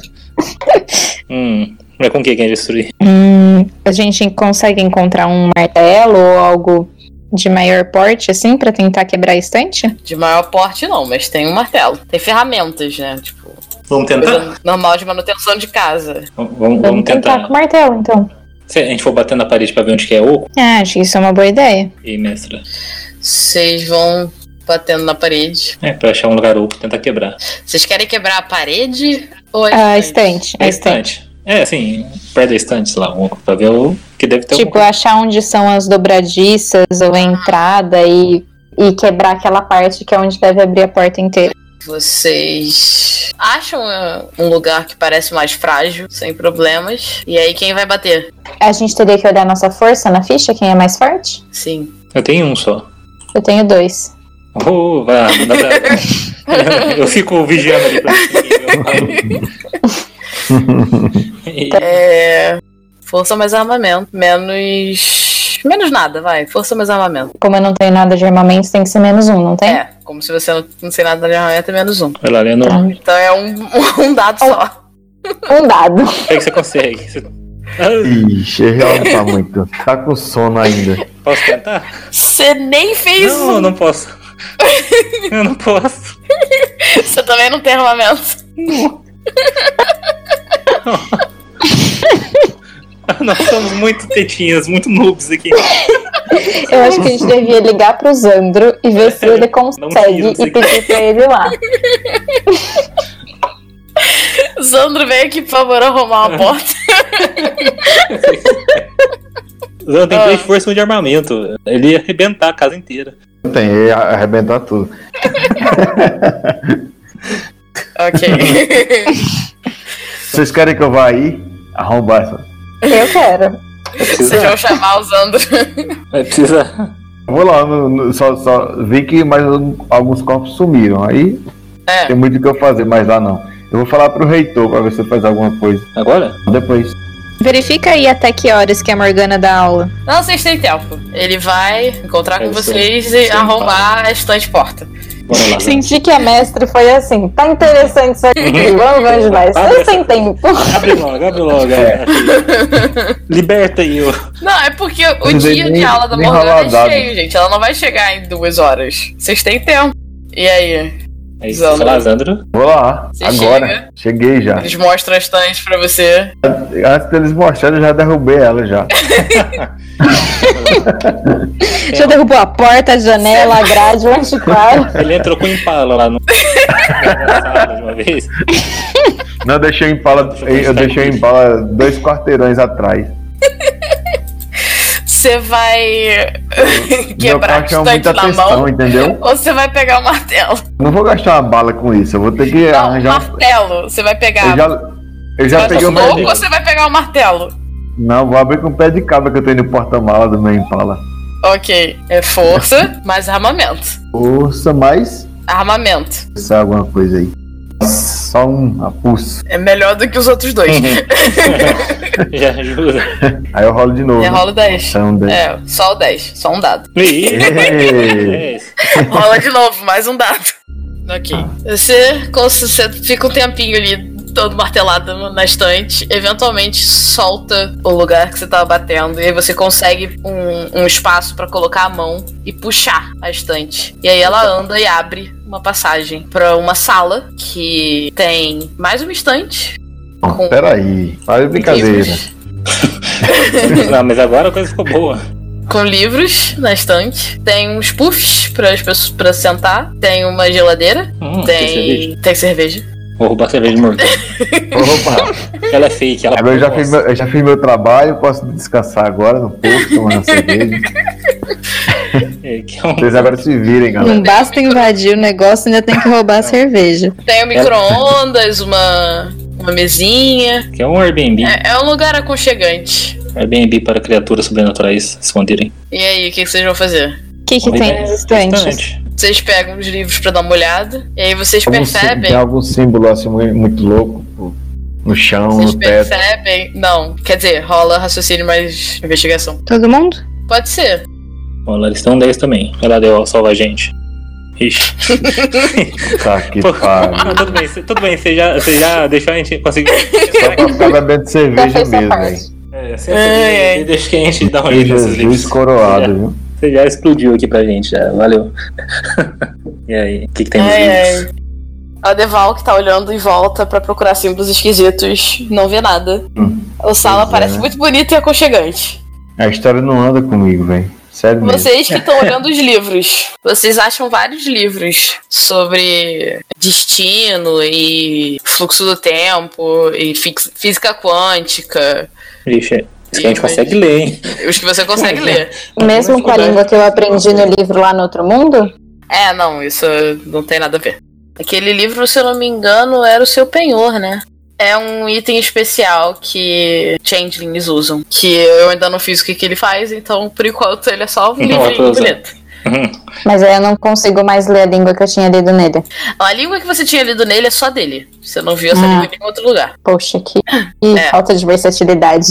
Speaker 3: hum, mas com o que quer destruir?
Speaker 4: Hum, a gente consegue encontrar um martelo ou algo de maior porte, assim, pra tentar quebrar a estante?
Speaker 1: De maior porte não, mas tem um martelo. Tem ferramentas, né? Tipo,
Speaker 3: Vamos
Speaker 1: coisa normal de manutenção de casa.
Speaker 3: Vamos, vamos tentar.
Speaker 4: com o martelo, então.
Speaker 3: Se a gente for batendo na parede pra ver onde que é oco,
Speaker 4: Ah, acho que isso é uma boa ideia.
Speaker 3: e mestra.
Speaker 1: Vocês vão batendo na parede.
Speaker 3: É, pra achar um lugar oco, tentar quebrar.
Speaker 1: Vocês querem quebrar a parede ou
Speaker 4: A estante, a
Speaker 3: É
Speaker 4: estante.
Speaker 3: estante. É, assim, perto da estante, sei lá, um oco, pra ver o que deve ter
Speaker 4: Tipo,
Speaker 3: alguma
Speaker 4: achar onde são as dobradiças ou a entrada e, e quebrar aquela parte que é onde deve abrir a porta inteira.
Speaker 1: Vocês acham é, um lugar que parece mais frágil, sem problemas. E aí quem vai bater?
Speaker 4: A gente teria que olhar a nossa força na ficha, quem é mais forte?
Speaker 1: Sim.
Speaker 3: coisa. Eu tenho um só.
Speaker 4: Eu tenho dois.
Speaker 3: Oh, vai, dá pra... eu fico vigiando ali pra ver se eu-
Speaker 1: É. Força mais armamento. Menos. Menos nada, vai. Força mais armamento.
Speaker 4: Como eu não tenho nada de armamento, tem que ser menos um, não tem?
Speaker 1: É, como se você não, não sei nada de armamento, é menos um.
Speaker 3: Vai lá, Leonor.
Speaker 1: Então é um, um dado só.
Speaker 4: Um dado.
Speaker 3: Como é que você consegue? Você- Ah,
Speaker 2: Ixi, ela não tá muito. Tá com sono ainda.
Speaker 3: Posso tentar?
Speaker 1: Você nem fez
Speaker 3: Não, eu
Speaker 1: um.
Speaker 3: não posso. Eu não posso.
Speaker 1: Você também não tem armamento.
Speaker 3: Nós somos muito tetinhas, muito noobs aqui.
Speaker 4: Eu acho que a gente devia ligar pro Zandro e ver se ele consegue
Speaker 3: Não sei,
Speaker 4: e pedir pra ele lá.
Speaker 1: Zandro veio aqui pra favor arrumar uma porta.
Speaker 3: Zan tem
Speaker 1: Ah.
Speaker 3: três forças e um de armamento. Ele ia arrebentar a casa inteira.
Speaker 2: Tem, ia arrebentar tudo.
Speaker 1: ok.
Speaker 2: Vocês querem que eu vá aí arrombar essa?
Speaker 4: Eu quero.
Speaker 3: Vai
Speaker 1: Vocês
Speaker 3: precisar.
Speaker 1: vão chamar o Zandro.
Speaker 3: Vai precisar.
Speaker 2: Vou lá, no- no- só, só vi que mais um- alguns corpos sumiram. Aí
Speaker 1: É.
Speaker 2: tem muito o que eu fazer, mas lá não. Eu vou falar pro reitor pra ver se ele faz alguma coisa.
Speaker 3: Agora?
Speaker 2: Depois.
Speaker 4: Verifica aí até que horas que a Morgana dá aula.
Speaker 1: Não, vocês têm tempo. Ele vai encontrar
Speaker 3: É
Speaker 1: com
Speaker 3: isso
Speaker 1: vocês
Speaker 3: aí.
Speaker 1: e
Speaker 3: Sim,
Speaker 1: arrombar a estante porta.
Speaker 3: Bora lá. né? Zan.
Speaker 4: Senti que a mestre foi assim, tá interessante isso aqui,
Speaker 3: Uhum.
Speaker 4: vamos ver onde vai.
Speaker 3: Tá
Speaker 4: Só sem tempo.
Speaker 3: Abre logo, abre logo.
Speaker 2: É.
Speaker 3: Liberta aí o.
Speaker 1: Não, é porque o
Speaker 2: Não sei
Speaker 1: dia de
Speaker 2: nem-
Speaker 1: aula da
Speaker 2: nem
Speaker 1: Morgana
Speaker 2: rolar
Speaker 1: é
Speaker 2: dado.
Speaker 1: cheio, gente. Ela não vai chegar em duas horas. Vocês têm tempo. E aí?
Speaker 3: Aí É você
Speaker 1: Zandro.
Speaker 3: fala, Zandro.
Speaker 2: Vou lá,
Speaker 1: Você
Speaker 2: agora.
Speaker 1: chega.
Speaker 2: Cheguei já.
Speaker 1: Eles mostram a estante pra você.
Speaker 2: Antes deles mostrarem, eu já derrubei ela já.
Speaker 4: Já derrubou a porta, a janela, a grade, o antiquário.
Speaker 3: Ele entrou com impala lá no. na sala de uma vez.
Speaker 2: Não, eu deixei em pala, eu deixei em pala dois quarteirões atrás.
Speaker 1: Você vai quebrar a
Speaker 2: Meu carro chama
Speaker 1: estante
Speaker 2: muita
Speaker 1: na
Speaker 2: atenção,
Speaker 1: mão.
Speaker 2: entendeu?
Speaker 1: Ou você vai pegar o martelo?
Speaker 2: Não vou gastar uma bala com isso, eu vou ter que
Speaker 1: Não,
Speaker 2: arranjar. um-
Speaker 1: martelo. Você vai
Speaker 2: Eu
Speaker 1: pegar.
Speaker 2: já, eu já
Speaker 1: Vai
Speaker 2: peguei o
Speaker 1: com soco
Speaker 2: meu.
Speaker 1: ou você vai pegar o martelo?
Speaker 2: Não, vou abrir com o pé de cabra que eu tenho no porta-mala do meu Impala.
Speaker 1: Ok. É força mais armamento.
Speaker 2: Força mais.
Speaker 1: Armamento.
Speaker 2: Pensar alguma coisa aí. Só um a pulso.
Speaker 1: É melhor do que os outros dois.
Speaker 3: Já ajuda.
Speaker 2: Aí eu rolo de novo.
Speaker 1: Já É, rola o 10.
Speaker 2: Então, dez.
Speaker 1: É, só o 10. Só um dado.
Speaker 3: Ih,
Speaker 2: Ei.
Speaker 3: é isso.
Speaker 1: Rola de novo, mais um dado. Ok.
Speaker 3: Ah.
Speaker 1: Você, cons- você fica um tempinho ali todo martelado no- na estante, eventualmente solta o lugar que você tava batendo, e aí você consegue um, um espaço pra colocar a mão e puxar a estante. E aí ela anda e abre uma passagem pra uma sala que tem mais uma estante.
Speaker 2: Bom, Peraí.
Speaker 1: um
Speaker 2: Faz brincadeira.
Speaker 1: livros-
Speaker 3: Não, mas agora a coisa ficou boa.
Speaker 1: com livros na estante. Tem uns puffs para as pessoas pra sentar. Tem uma geladeira.
Speaker 3: Hum, tem cerveja.
Speaker 1: Tem. Tem cerveja.
Speaker 3: Vou roubar a cerveja de morto.
Speaker 2: Opa.
Speaker 3: Ela é fake, ela
Speaker 2: Agora eu já,
Speaker 3: Nossa.
Speaker 2: fiz meu, eu já fiz meu trabalho. Posso descansar agora no posto, tomando cerveja.
Speaker 3: É, que é um-
Speaker 2: Vocês agora se virem, galera.
Speaker 1: Hum.
Speaker 5: Não basta invadir o negócio, ainda tem que roubar a cerveja.
Speaker 1: Tem
Speaker 2: É.
Speaker 1: um micro-ondas, uma, uma mesinha.
Speaker 3: que é um Airbnb.
Speaker 1: É, é um lugar aconchegante.
Speaker 3: Airbnb para criaturas sobrenaturais se esconderem.
Speaker 1: E aí, o que, que vocês vão fazer?
Speaker 4: O que, que tem nas estantes?
Speaker 1: Vocês pegam os livros para dar uma olhada. E aí vocês
Speaker 2: Algum sim-
Speaker 1: percebem.
Speaker 2: Tem algum símbolo assim mu- muito louco pô, no chão,
Speaker 1: Vocês
Speaker 2: no um teto.
Speaker 1: percebem. Não, quer dizer, rola raciocínio mais investigação.
Speaker 5: Todo mundo?
Speaker 1: Pode ser.
Speaker 3: Bom, eles estão 10 também. Ela deu, salva a gente. Ixi.
Speaker 2: Tá aqui,
Speaker 3: Pô.
Speaker 2: pá.
Speaker 3: Não, Ah, tudo bem, cê- tudo bem, você já, você já deixou a gente conseguir.
Speaker 2: Só pra ficar bebendo
Speaker 4: Já
Speaker 2: cerveja
Speaker 4: fez sua
Speaker 2: mesmo,
Speaker 4: Então, parte.
Speaker 2: velho.
Speaker 3: É,
Speaker 1: Ai, ai.
Speaker 3: você deixa que a gente dá um
Speaker 2: E
Speaker 3: jeito nesses
Speaker 2: Jesus
Speaker 3: livros.
Speaker 2: coroado, viu?
Speaker 3: Você já explodiu aqui pra gente, já. Valeu. E aí, o que, que tem nos
Speaker 1: Ai,
Speaker 3: livros?
Speaker 1: A Deval, que tá olhando em volta pra procurar símbolos esquisitos, não vê nada.
Speaker 2: Hum.
Speaker 1: O sala
Speaker 2: Pois é,
Speaker 1: parece
Speaker 2: né?
Speaker 1: muito bonito e aconchegante.
Speaker 2: A história não anda comigo, velho. Sério mesmo.
Speaker 1: Vocês que estão olhando os livros, vocês acham vários livros sobre destino e fluxo do tempo e fix- física quântica,
Speaker 3: Ixi, é, isso que a gente
Speaker 1: Ih,
Speaker 3: consegue ler, hein?
Speaker 1: os que você consegue ler.
Speaker 4: Mesmo com a língua que eu aprendi no livro lá no outro mundo?
Speaker 1: É, não, isso não tem nada a ver. Aquele livro, se eu não me engano, era o seu penhor, né? É um item especial que changelings usam. Que eu ainda não fiz o que, que ele faz, então por enquanto ele é só um
Speaker 3: Não, eu tô
Speaker 1: livrinho
Speaker 3: usando.
Speaker 1: bonito.
Speaker 4: Mas aí eu não consigo mais ler a língua que eu tinha lido nele.
Speaker 1: A língua que você tinha lido nele é só dele. Você não viu essa
Speaker 4: Ah.
Speaker 1: língua em nenhum outro lugar.
Speaker 4: Poxa, que, que
Speaker 1: É.
Speaker 4: falta de versatilidade.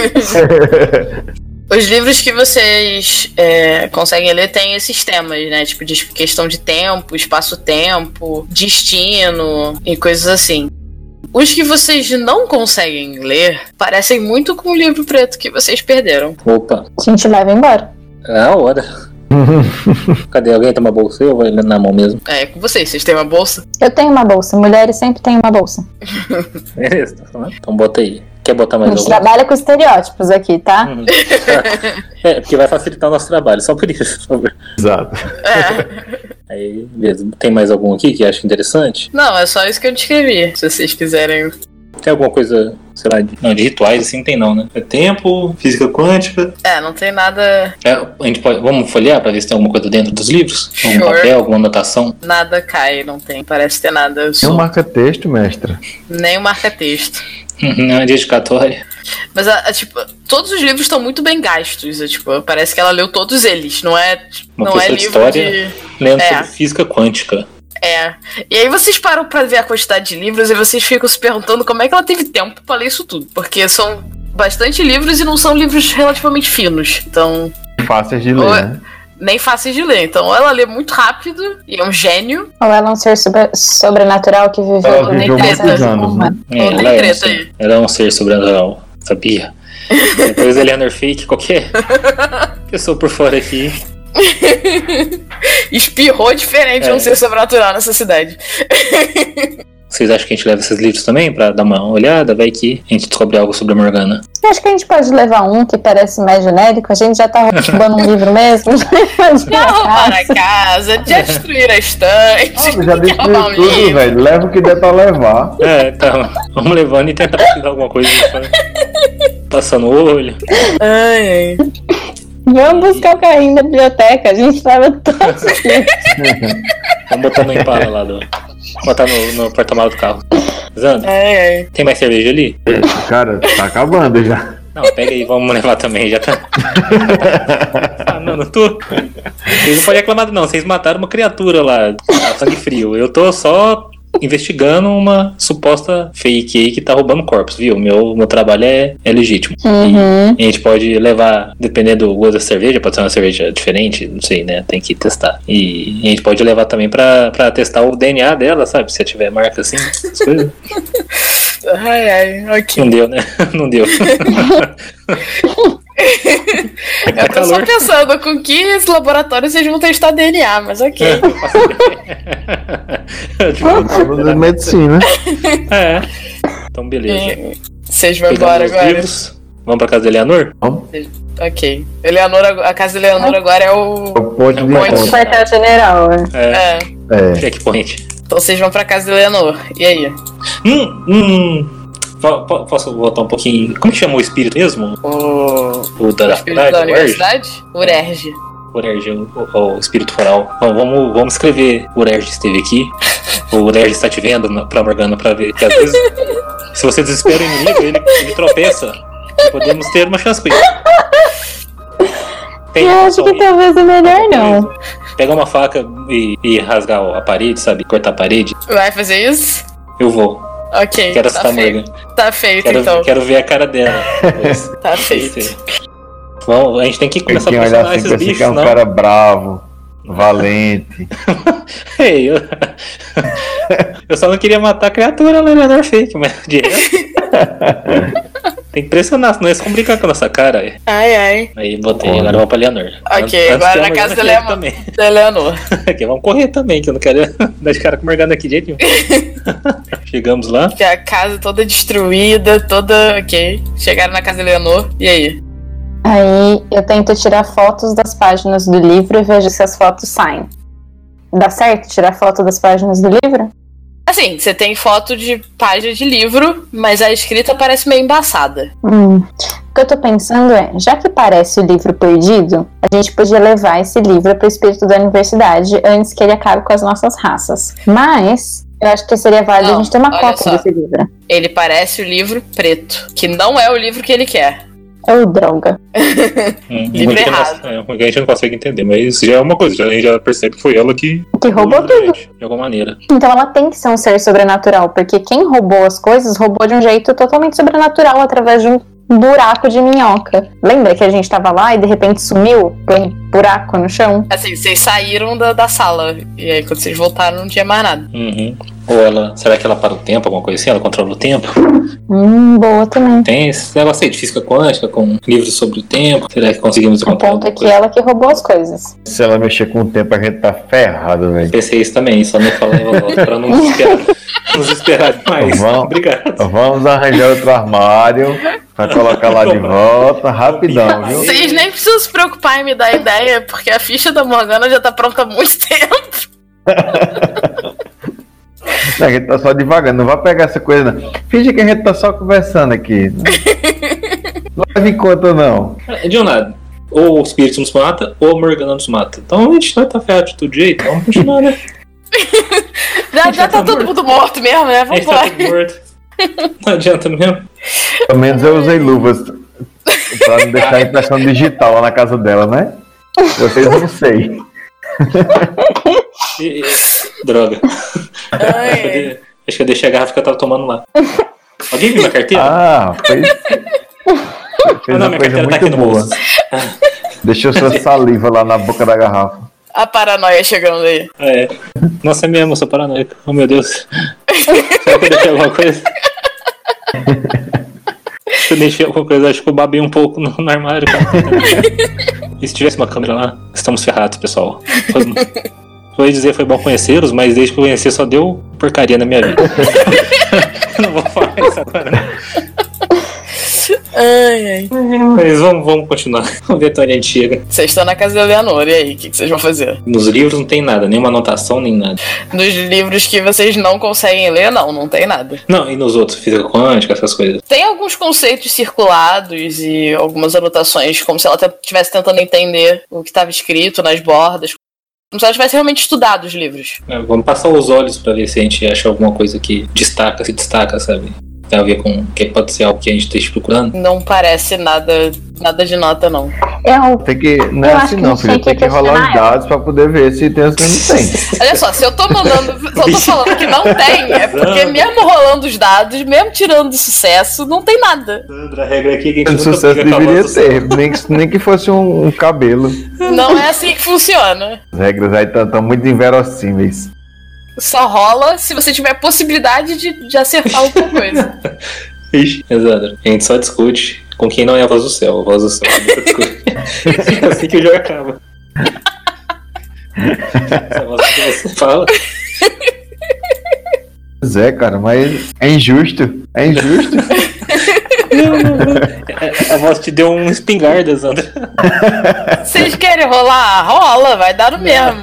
Speaker 1: Os livros que vocês é, conseguem ler têm esses temas, né? Tipo, de questão de tempo, espaço-tempo, destino e coisas assim. Os que vocês não conseguem ler parecem muito com o livro preto que vocês perderam.
Speaker 3: Opa,
Speaker 4: A gente leva embora.
Speaker 3: é a hora. Cadê alguém? Tem uma bolsa? Eu vou ler na mão mesmo.
Speaker 1: É, é com vocês, vocês têm uma bolsa.
Speaker 4: Eu tenho uma bolsa, mulheres sempre têm uma bolsa.
Speaker 3: Beleza, tá falando? Então bota aí. Quer botar
Speaker 4: A
Speaker 3: mais
Speaker 4: gente
Speaker 3: alguma?
Speaker 4: trabalha com estereótipos aqui,
Speaker 2: Hum.
Speaker 4: tá?
Speaker 3: Uhum. é, porque vai facilitar o nosso trabalho, só por isso. por favor.
Speaker 2: Exato.
Speaker 1: É.
Speaker 3: Aí, beleza. Tem mais algum aqui que acha interessante?
Speaker 1: Não, é só isso que eu descrevi. Se vocês quiserem.
Speaker 3: Tem alguma coisa, sei lá, de, não, de rituais assim não tem não, né? É tempo, física quântica.
Speaker 1: É, não tem nada.
Speaker 3: É, a gente pode, vamos folhear pra ver se tem alguma coisa dentro dos livros? Algum
Speaker 1: Sure.
Speaker 3: papel, alguma anotação?
Speaker 1: Nada cai, não tem. Parece ter nada.
Speaker 2: Tem um
Speaker 1: Sobre,
Speaker 2: marca-texto, mestra.
Speaker 1: nem o marca-texto.
Speaker 3: não é dedicatória.
Speaker 1: Mas, a, a, tipo, todos os livros estão muito bem gastos. é, tipo, parece que ela leu todos eles. Não é, tipo,
Speaker 3: Uma
Speaker 1: não é
Speaker 3: pessoa de
Speaker 1: livro
Speaker 3: história.
Speaker 1: de.
Speaker 3: Lendo
Speaker 1: É.
Speaker 3: sobre física quântica.
Speaker 1: É. E aí vocês param pra ver a quantidade de livros e vocês ficam se perguntando como é que ela teve tempo pra ler isso tudo. Porque são bastante livros e não são livros relativamente finos. Então,
Speaker 2: Fáceis de
Speaker 1: Ou é-
Speaker 2: ler, né?
Speaker 1: nem fáceis de ler. Então, ou ela lê muito rápido e é um gênio.
Speaker 4: Ou ela é um ser sobre- sobrenatural que viveu
Speaker 2: Ela
Speaker 1: nem
Speaker 2: viveu
Speaker 1: pensa
Speaker 2: muitos
Speaker 1: nessa
Speaker 2: anos, né?
Speaker 3: É,
Speaker 1: Não Então, tem
Speaker 3: ela, é um
Speaker 1: treta
Speaker 3: ser,
Speaker 1: aí.
Speaker 3: ela é um ser sobrenatural, sabia? Depois Eleanor Fake, qualquer pessoa por fora aqui.
Speaker 1: Espirrou diferente de
Speaker 3: É.
Speaker 1: um ser sobrenatural nessa cidade.
Speaker 3: Vocês acham que a gente leva esses livros também pra dar uma olhada? Vai que a gente descobre algo sobre a Morgana.
Speaker 4: Eu acho que a gente pode levar um que parece mais genérico. A gente já tá roubando um livro mesmo.
Speaker 1: Já roubaram a casa, já destruíram a estante.
Speaker 2: Ah, já destruiu
Speaker 1: roubar um
Speaker 2: tudo,
Speaker 1: livro.
Speaker 2: velho. Leva o que der pra levar.
Speaker 3: É, tá. Vamos levando e tentar pegar alguma coisa. sabe? Passando o olho.
Speaker 1: Ai, ai.
Speaker 4: Vamos buscar o carrinho da biblioteca. A gente leva todos os livros.
Speaker 3: Vamos botar no empala lá do. Botar no, no porta-malas do carro. Zandro,
Speaker 1: Ai, ai.
Speaker 3: tem mais cerveja ali?
Speaker 2: Cara, tá acabando já.
Speaker 3: Não, pega aí, vamos levar também, já tá. Ah, não, eu não tô. Vocês não podem reclamar, não. Vocês mataram uma criatura lá, a sangue frio. Eu tô só investigando uma suposta fake aí que tá roubando corpos, viu? Meu, meu trabalho é, é legítimo.
Speaker 4: Uhum.
Speaker 3: E a gente pode levar, dependendo do gosto da cerveja, pode ser uma cerveja diferente, não sei, né? Tem que testar. E a gente pode levar também pra, pra testar o DNA dela, sabe? Se tiver marca assim, essas coisas.
Speaker 1: Ai, ai, ok.
Speaker 3: Não deu, né? Não deu.
Speaker 1: Eu tô só
Speaker 3: calor.
Speaker 1: pensando com que laboratório vocês vão testar DNA, mas
Speaker 3: É,
Speaker 1: ok.
Speaker 3: Tipo,
Speaker 2: Sábado de medicina.
Speaker 3: é. Então, beleza.
Speaker 1: É, Vocês vão embora
Speaker 3: Pegamos os
Speaker 1: agora.
Speaker 3: livros. Vamos pra casa da Eleanor?
Speaker 1: Ok. Eleanor, ag- a casa da Eleanor agora é o.
Speaker 2: É o ponto de
Speaker 3: É o ponto.
Speaker 2: encontro.
Speaker 4: Quartel-general, é.
Speaker 3: É.
Speaker 1: É.
Speaker 2: É.
Speaker 3: Checkpoint.
Speaker 1: Então vocês vão pra casa da Eleanor. E aí?
Speaker 3: Hum, hum. Po- po- Posso voltar um pouquinho? Como que chamou o espírito mesmo?
Speaker 1: O.
Speaker 3: O da,
Speaker 1: o
Speaker 3: da,
Speaker 1: espírito da universidade? Urerge.
Speaker 3: Urerge, o, o- o espírito foral. Bom, vamos, vamos escrever. O Urerge esteve aqui. O Urerge está te vendo na- pra Morgana pra ver. Que às vezes, se você desespera o inimigo, ele, ele tropeça. E podemos ter uma chance com isso. Tem um
Speaker 4: Eu acho que
Speaker 3: razão.
Speaker 4: talvez é
Speaker 3: um
Speaker 4: melhor não.
Speaker 3: Pegar uma faca e, e rasgar a parede, sabe? Cortar a parede.
Speaker 1: Vai fazer isso?
Speaker 3: Eu vou.
Speaker 1: Ok. tá,
Speaker 3: Quero assustar a
Speaker 1: feito.
Speaker 3: Morgan.
Speaker 1: tá feito,
Speaker 3: Quero,
Speaker 1: então.
Speaker 3: quero ver a cara dela. depois.
Speaker 1: Tá feito.
Speaker 3: Perfeito. Bom, a gente tem que
Speaker 2: E
Speaker 3: começar a
Speaker 2: quem olhar
Speaker 3: pressionar
Speaker 2: assim
Speaker 3: esses
Speaker 2: pra esse
Speaker 3: bichos,
Speaker 2: que é um
Speaker 3: não.
Speaker 2: cara bravo, valente.
Speaker 3: Ei, eu... eu só não queria matar a criatura, ela é menor fake, mas de resto. Tem que pressionar, senão eles vão brincar é com a nossa cara. aí.
Speaker 1: Ai, ai.
Speaker 3: Aí botei, agora vamos pra Leonor.
Speaker 1: Ok, agora na casa dela é uma-
Speaker 3: também.
Speaker 1: Da Eleanor.
Speaker 3: Aqui, vamos correr também, que eu não quero dar de cara com o Morgana aqui de jeito nenhum. Chegamos lá.
Speaker 1: Que a casa toda destruída, toda. Ok. Chegaram na casa da Eleanor. E aí?
Speaker 4: Aí eu tento tirar fotos das páginas do livro e vejo se as fotos saem. Dá certo tirar foto das páginas do livro?
Speaker 1: Assim, você tem foto de página de livro, mas a escrita parece meio embaçada.
Speaker 4: Hum. O que eu tô pensando é, já que parece o livro perdido, a gente podia levar esse livro pro espírito da universidade antes que ele acabe com as nossas raças. Mas eu acho que seria válido
Speaker 1: Não,
Speaker 4: a gente ter uma
Speaker 1: olha
Speaker 4: cópia
Speaker 1: só.
Speaker 4: desse livro.
Speaker 1: Ele parece o livro preto, que não é o livro que ele quer.
Speaker 4: Ou droga.
Speaker 3: Hum,
Speaker 1: Livro
Speaker 3: muita
Speaker 1: errado.
Speaker 3: informação, é, a gente não consegue entender, mas já é uma coisa, já- a gente já percebe que foi ela que
Speaker 4: Que roubou
Speaker 1: Hum.
Speaker 3: roubou
Speaker 4: tudo.
Speaker 3: a gente, de alguma maneira.
Speaker 4: Então ela tem que ser um ser sobrenatural, porque quem roubou as coisas roubou de um jeito totalmente sobrenatural através de um buraco de minhoca. Lembra que a gente tava lá e de repente sumiu por um buraco no chão?
Speaker 1: Assim, vocês saíram da, da sala. E aí, quando vocês voltaram, não tinha mais nada.
Speaker 3: Uhum. Ou ela. Será que ela para o tempo, alguma coisa assim? Ela controla o tempo?
Speaker 4: Hum, boa também.
Speaker 3: Tem esse negócio aí de física quântica, com livros sobre o tempo. Será que conseguimos
Speaker 4: O
Speaker 3: encontrar
Speaker 4: ponto é
Speaker 3: alguma
Speaker 4: que
Speaker 3: coisa?
Speaker 4: ela que roubou as coisas.
Speaker 2: Se ela mexer com o tempo, a gente tá ferrado,
Speaker 4: é-
Speaker 2: velho.
Speaker 3: Pensei isso também, só não falava logo pra não desesperar, nos esperar demais.
Speaker 2: Vamos.
Speaker 3: Obrigado.
Speaker 2: Então, Vamos arranjar outro armário pra colocar lá de volta, rapidão, viu?
Speaker 1: Vocês nem precisam se preocupar em me dar ideia, porque a ficha da Morgana já tá pronta há muito tempo.
Speaker 2: Não, a gente tá só devagar, não vai pegar essa coisa, não. Finge que a gente tá só conversando aqui. Não leva em conta, não.
Speaker 3: De um lado, ou o espírito nos mata, ou a Morgana nos mata. Então a gente vai estar ferrado de todo jeito. Vamos continuar, né?
Speaker 1: Já, já tá todo mundo morto mesmo, né?
Speaker 3: A gente tá
Speaker 1: Vambora.
Speaker 3: tudo morto. Não adianta mesmo.
Speaker 2: Pelo menos eu usei luvas pra não deixar a impressão digital lá na casa dela, né? Vocês não sei.
Speaker 3: E- e- droga.
Speaker 4: É.
Speaker 1: Ai,
Speaker 3: Acho que eu deixei a garrafa que eu tava tomando lá. Alguém viu minha carteira?
Speaker 2: Ah, fez.
Speaker 3: Ah,
Speaker 2: Fez uma
Speaker 3: tá
Speaker 2: coisa muito boa. Deixou sua saliva lá na boca da garrafa.
Speaker 1: a paranoia chegando aí.
Speaker 3: Ah, É. Nossa, é mesmo, eu sou paranoico. Oh, meu Deus. Será que eu deixei alguma coisa? Se eu deixei alguma coisa, acho que eu babei um pouco no, no armário. cara. E se tivesse uma câmera lá, estamos ferrados, pessoal. Foi, vou dizer, foi bom conhecê-los, mas desde que eu conheci só deu porcaria na minha vida. Não vou falar isso agora. não.
Speaker 1: Ai, ai.
Speaker 3: Mas vamos, vamos continuar. Vamos ver até onde a gente chega.
Speaker 1: Vocês estão na casa da Leonor, e aí? O que, que vocês vão fazer?
Speaker 3: Nos livros não tem nada, nenhuma anotação, nem nada.
Speaker 1: Nos livros que vocês não conseguem ler, não, não tem nada.
Speaker 3: Não, e nos outros, física quântica, essas coisas.
Speaker 1: Tem alguns conceitos circulados e algumas anotações, como se ela estivesse tentando entender o que estava escrito nas bordas. Como se ela tivesse realmente estudado os livros.
Speaker 3: É, Vamos passar os olhos pra ver se a gente acha alguma coisa que destaca, se destaca, sabe? Tem a ver com o que pode ser algo que a gente esteja procurando.
Speaker 1: Não parece nada nada de nota, não.
Speaker 4: Eu.
Speaker 2: Tem que. Não é
Speaker 4: Eu acho
Speaker 2: assim
Speaker 4: que
Speaker 2: não,
Speaker 4: não sei
Speaker 2: filho. Tem
Speaker 4: que
Speaker 2: que rolar os
Speaker 4: questionar ela.
Speaker 2: dados pra poder ver se tem ou se não tem.
Speaker 1: Olha só, se eu tô mandando, se eu tô falando que não tem, é porque mesmo rolando os dados, mesmo tirando sucesso, não tem nada.
Speaker 3: Sandra, a regra aqui é que a gente
Speaker 2: O
Speaker 3: nunca
Speaker 2: sucesso
Speaker 3: briga com a
Speaker 2: deveria
Speaker 3: voz do Sandra.
Speaker 2: ter, nem que, nem que fosse um, um cabelo.
Speaker 1: Não é assim que funciona.
Speaker 2: As regras aí estão muito inverossímeis.
Speaker 1: Só rola se você tiver possibilidade de, de acertar alguma coisa.
Speaker 3: Ixi, Sandra, a gente só discute com quem não é a voz do céu. A voz do céu nunca discute. é assim que o jogo acaba. Essa é voz que você fala.
Speaker 2: Pois é, cara, mas é injusto. É injusto.
Speaker 3: A- A voz te deu um espingarda, Sandra.
Speaker 1: Vocês querem rolar? Rola, vai dar no mesmo.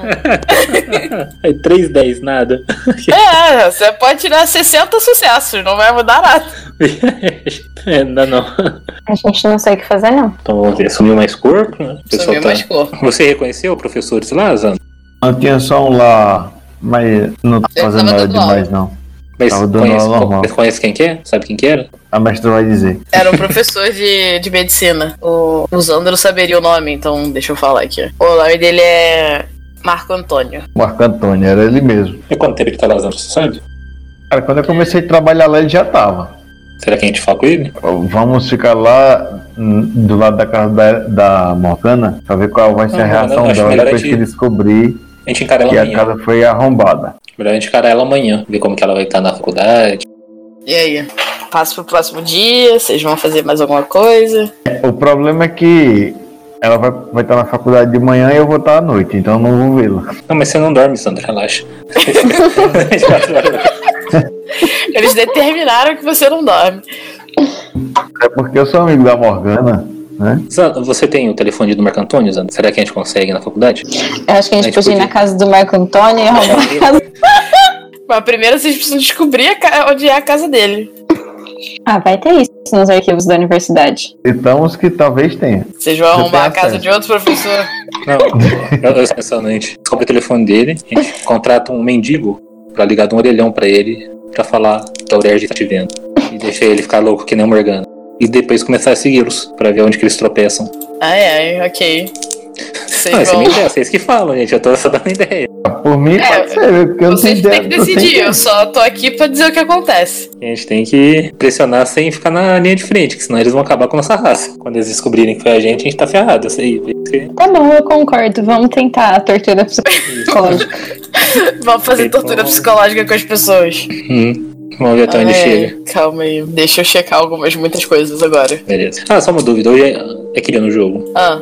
Speaker 3: Aí 3-10, É nada.
Speaker 1: É, você pode tirar 60 sucessos, não vai mudar nada.
Speaker 3: É, ainda não.
Speaker 4: A gente não sei o que fazer, não.
Speaker 3: Então vamos ver, sumiu mais corpo. né? O pessoal
Speaker 1: Sumiu
Speaker 3: tá-
Speaker 1: mais cor.
Speaker 3: Você reconheceu professores lá, Sandra?
Speaker 2: Eu tinha só um lá, mas não tá
Speaker 1: Eu
Speaker 2: fazendo
Speaker 1: tava
Speaker 2: nada
Speaker 1: dando aula.
Speaker 2: demais, não.
Speaker 3: Mas
Speaker 2: Tava dando
Speaker 3: conhece,
Speaker 2: aula normal.
Speaker 3: conhece quem que é? Sabe quem que era?
Speaker 2: A mestra vai dizer.
Speaker 1: Era um professor de, de medicina. O, o Zandro saberia o nome, então deixa eu falar aqui. O nome dele é Marco Antônio.
Speaker 2: Marco Antônio, era ele mesmo.
Speaker 3: E quanto tempo ele tá lá, Sandra? Você sabe?
Speaker 2: Cara, quando eu comecei a trabalhar lá, ele já tava.
Speaker 3: Será que a gente fala com ele?
Speaker 2: Vamos ficar lá hum, do lado da casa da, da Morgana pra ver qual vai ser a
Speaker 3: Não,
Speaker 2: reação
Speaker 3: não, acho
Speaker 2: dela
Speaker 3: melhor a
Speaker 2: depois
Speaker 3: gente-
Speaker 2: que descobrir
Speaker 3: A gente encara
Speaker 2: que
Speaker 3: ela
Speaker 2: a
Speaker 3: amanhã.
Speaker 2: casa foi arrombada.
Speaker 3: Melhor a gente encarar ela amanhã, ver como que ela vai estar na faculdade.
Speaker 1: E aí? Passo pro próximo dia, vocês vão fazer mais alguma coisa?
Speaker 2: O problema é que ela vai, vai estar na faculdade de manhã e eu vou estar à noite, então eu não vou vê-la.
Speaker 3: Não, mas você não dorme, Sandra, relaxa.
Speaker 1: Eles determinaram que você não dorme.
Speaker 2: É porque eu sou amigo da Morgana, né?
Speaker 3: Sandra, você tem o telefone do Marco Antônio, Sandra? Será que a gente consegue na faculdade?
Speaker 4: Eu acho que a
Speaker 3: A
Speaker 4: gente
Speaker 3: gente
Speaker 4: podia ir
Speaker 3: podia.
Speaker 4: na casa do Marco Antônio e roubar a casa.
Speaker 1: Mas primeiro vocês precisam descobrir a ca- onde é a casa dele.
Speaker 4: Ah, vai ter isso nos arquivos da universidade.
Speaker 2: Então os que talvez tenha.
Speaker 1: Vocês vão
Speaker 2: Já
Speaker 1: arrumar a
Speaker 2: tem
Speaker 1: casa
Speaker 2: acesso.
Speaker 1: de outro professor.
Speaker 3: Não, eu, eu pensando, a gente descobre o telefone dele, a gente contrata um mendigo pra ligar de um orelhão pra ele, pra falar da Urerge tá te vendo. E deixa ele ficar louco que nem o Morgana. E depois começar a segui-los, pra ver onde que eles tropeçam.
Speaker 1: Ai, ai, Ah, é, ok.
Speaker 3: Não,
Speaker 1: Vocês
Speaker 3: essa é
Speaker 1: vão.
Speaker 3: minha ideia, vocês que falam, gente, eu tô só dando ideia.
Speaker 2: Por mim
Speaker 1: É,
Speaker 2: pode ser, viu? porque eu não tenho
Speaker 1: Vocês
Speaker 2: ideia.
Speaker 1: têm que
Speaker 2: eu tenho
Speaker 1: decidir, assim. eu só tô aqui pra dizer o que acontece.
Speaker 3: A gente tem que pressionar sem ficar na linha de frente, que senão eles vão acabar com a nossa raça. Quando eles descobrirem que foi a gente, a gente tá ferrado. Eu sei.
Speaker 4: Tá bom, eu concordo. Vamos tentar a tortura psicológica.
Speaker 1: Vamos fazer
Speaker 3: Então-
Speaker 1: tortura psicológica com as pessoas.
Speaker 3: Hum, vamos ver até onde
Speaker 1: Ai,
Speaker 3: chega.
Speaker 1: Calma aí, deixa eu checar algumas, muitas coisas agora.
Speaker 3: Beleza. Ah, só uma dúvida, hoje é, é que dia no jogo?
Speaker 1: Ah,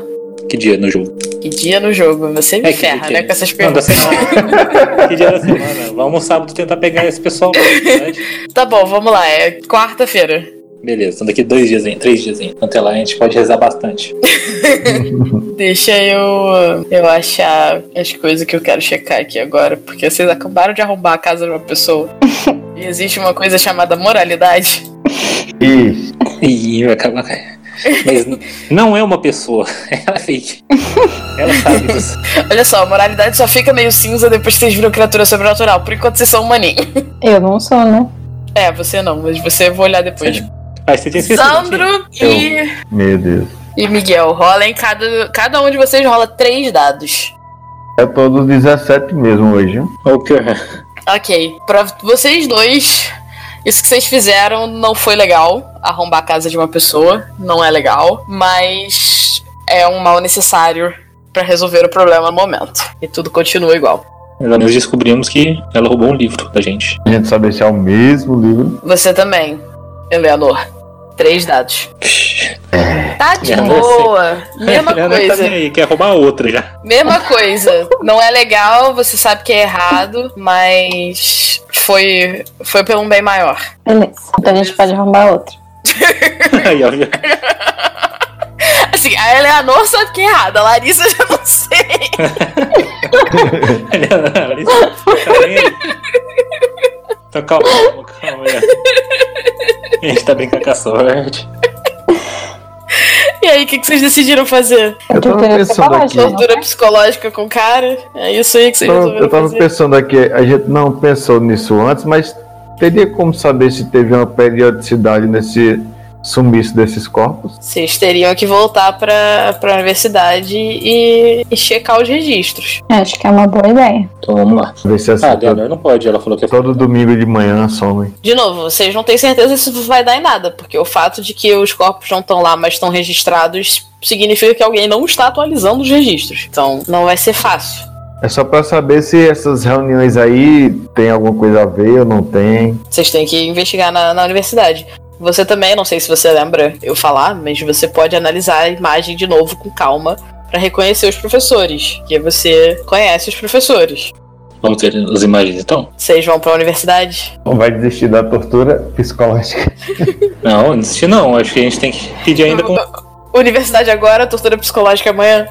Speaker 3: Que dia no jogo?
Speaker 1: que dia no jogo? Você me
Speaker 3: É que
Speaker 1: ferra,
Speaker 3: dia que
Speaker 1: né,
Speaker 3: é?
Speaker 1: com essas
Speaker 3: Não, da
Speaker 1: perguntas.
Speaker 3: semana. que dia da semana? Vamos sábado tentar pegar esse pessoal. pra faculdade.
Speaker 1: Tá bom, vamos lá, é quarta-feira.
Speaker 3: Beleza, então daqui dois dias, hein? três dias. Hein? Até lá a gente pode rezar bastante.
Speaker 1: Deixa eu, eu achar as coisas que eu quero checar aqui agora, porque vocês acabaram de arrombar a casa de uma pessoa. E existe uma coisa chamada moralidade.
Speaker 2: Isso.
Speaker 3: Ih, vai acabar. Mas n- não é uma pessoa, ela é fake. Ela sabe disso.
Speaker 1: Olha só, a moralidade só fica meio cinza depois que vocês viram criatura sobrenatural. Por enquanto vocês são humaninhos.
Speaker 4: Eu não sou, né?
Speaker 1: É, você não, mas você eu vou olhar depois.
Speaker 3: Ah, você tinha esquecido. não tinha?
Speaker 1: Sandro e,
Speaker 2: Meu Deus.
Speaker 1: e Miguel, rola em cada. Cada um de vocês rola três dados.
Speaker 2: Eu tô dos 17 mesmo hoje. hein?
Speaker 3: Ou pior.
Speaker 1: Ok. Pra vocês dois, isso que vocês fizeram não foi legal. Arrombar a casa de uma pessoa não é legal, mas é um mal necessário pra resolver o problema no momento. E tudo continua igual.
Speaker 3: Mas nós descobrimos que ela roubou um livro da gente.
Speaker 2: A gente saber se é o mesmo livro.
Speaker 1: Você também, Eleanor. Três dados. Tá de
Speaker 3: Eleanor,
Speaker 1: boa. Mesma
Speaker 3: Ela tá nem
Speaker 1: é coisa.
Speaker 3: aí, quer roubar outra já.
Speaker 1: Mesma coisa. Não é legal, você sabe que é errado, mas foi foi por um bem maior.
Speaker 4: Beleza. Então a gente pode arrombar outro.
Speaker 3: Aí, ó, viu?
Speaker 1: Assim, a Eleanor sabe que é errado, a Larissa eu já não sei.
Speaker 3: Ela disse, tá vendo? Então calma, calma, calma. aí, ó. A gente tá brincando com a sorte.
Speaker 1: E aí, o que, que vocês decidiram fazer?
Speaker 4: É
Speaker 2: Eu tava
Speaker 4: tortura
Speaker 2: pensando aqui.
Speaker 4: psicológica.
Speaker 1: Tortura psicológica com o cara? É isso aí que vocês
Speaker 2: Então, eu
Speaker 1: resolveram
Speaker 2: tava
Speaker 1: fazer?
Speaker 2: pensando aqui, a gente não pensou nisso antes, mas teria como saber se teve uma periodicidade nesse, sumisse desses corpos.
Speaker 1: Vocês teriam que voltar pra, pra universidade e, e checar os registros.
Speaker 4: Acho que é uma boa ideia.
Speaker 3: Então vamos lá.
Speaker 2: Ver se
Speaker 3: Ah, a
Speaker 2: aceita
Speaker 3: Eleanor não pode, ela falou que é
Speaker 2: todo domingo de manhã some.
Speaker 1: De novo, vocês não têm certeza se isso vai dar em nada, porque o fato de que os corpos não estão lá, mas estão registrados, significa que alguém não está atualizando os registros. Então não vai ser fácil.
Speaker 2: É só pra saber se essas reuniões aí tem alguma coisa a ver ou não tem.
Speaker 1: Vocês têm que investigar na, na universidade. Você também, não sei se você lembra eu falar, mas você pode analisar a imagem de novo com calma pra reconhecer os professores, porque você conhece os professores.
Speaker 3: Vamos ter as imagens então?
Speaker 1: Vocês vão pra universidade?
Speaker 2: Não vai desistir da tortura psicológica.
Speaker 3: Não, desistir não. Acho que a gente tem que pedir ainda com.
Speaker 1: Universidade agora, tortura psicológica amanhã.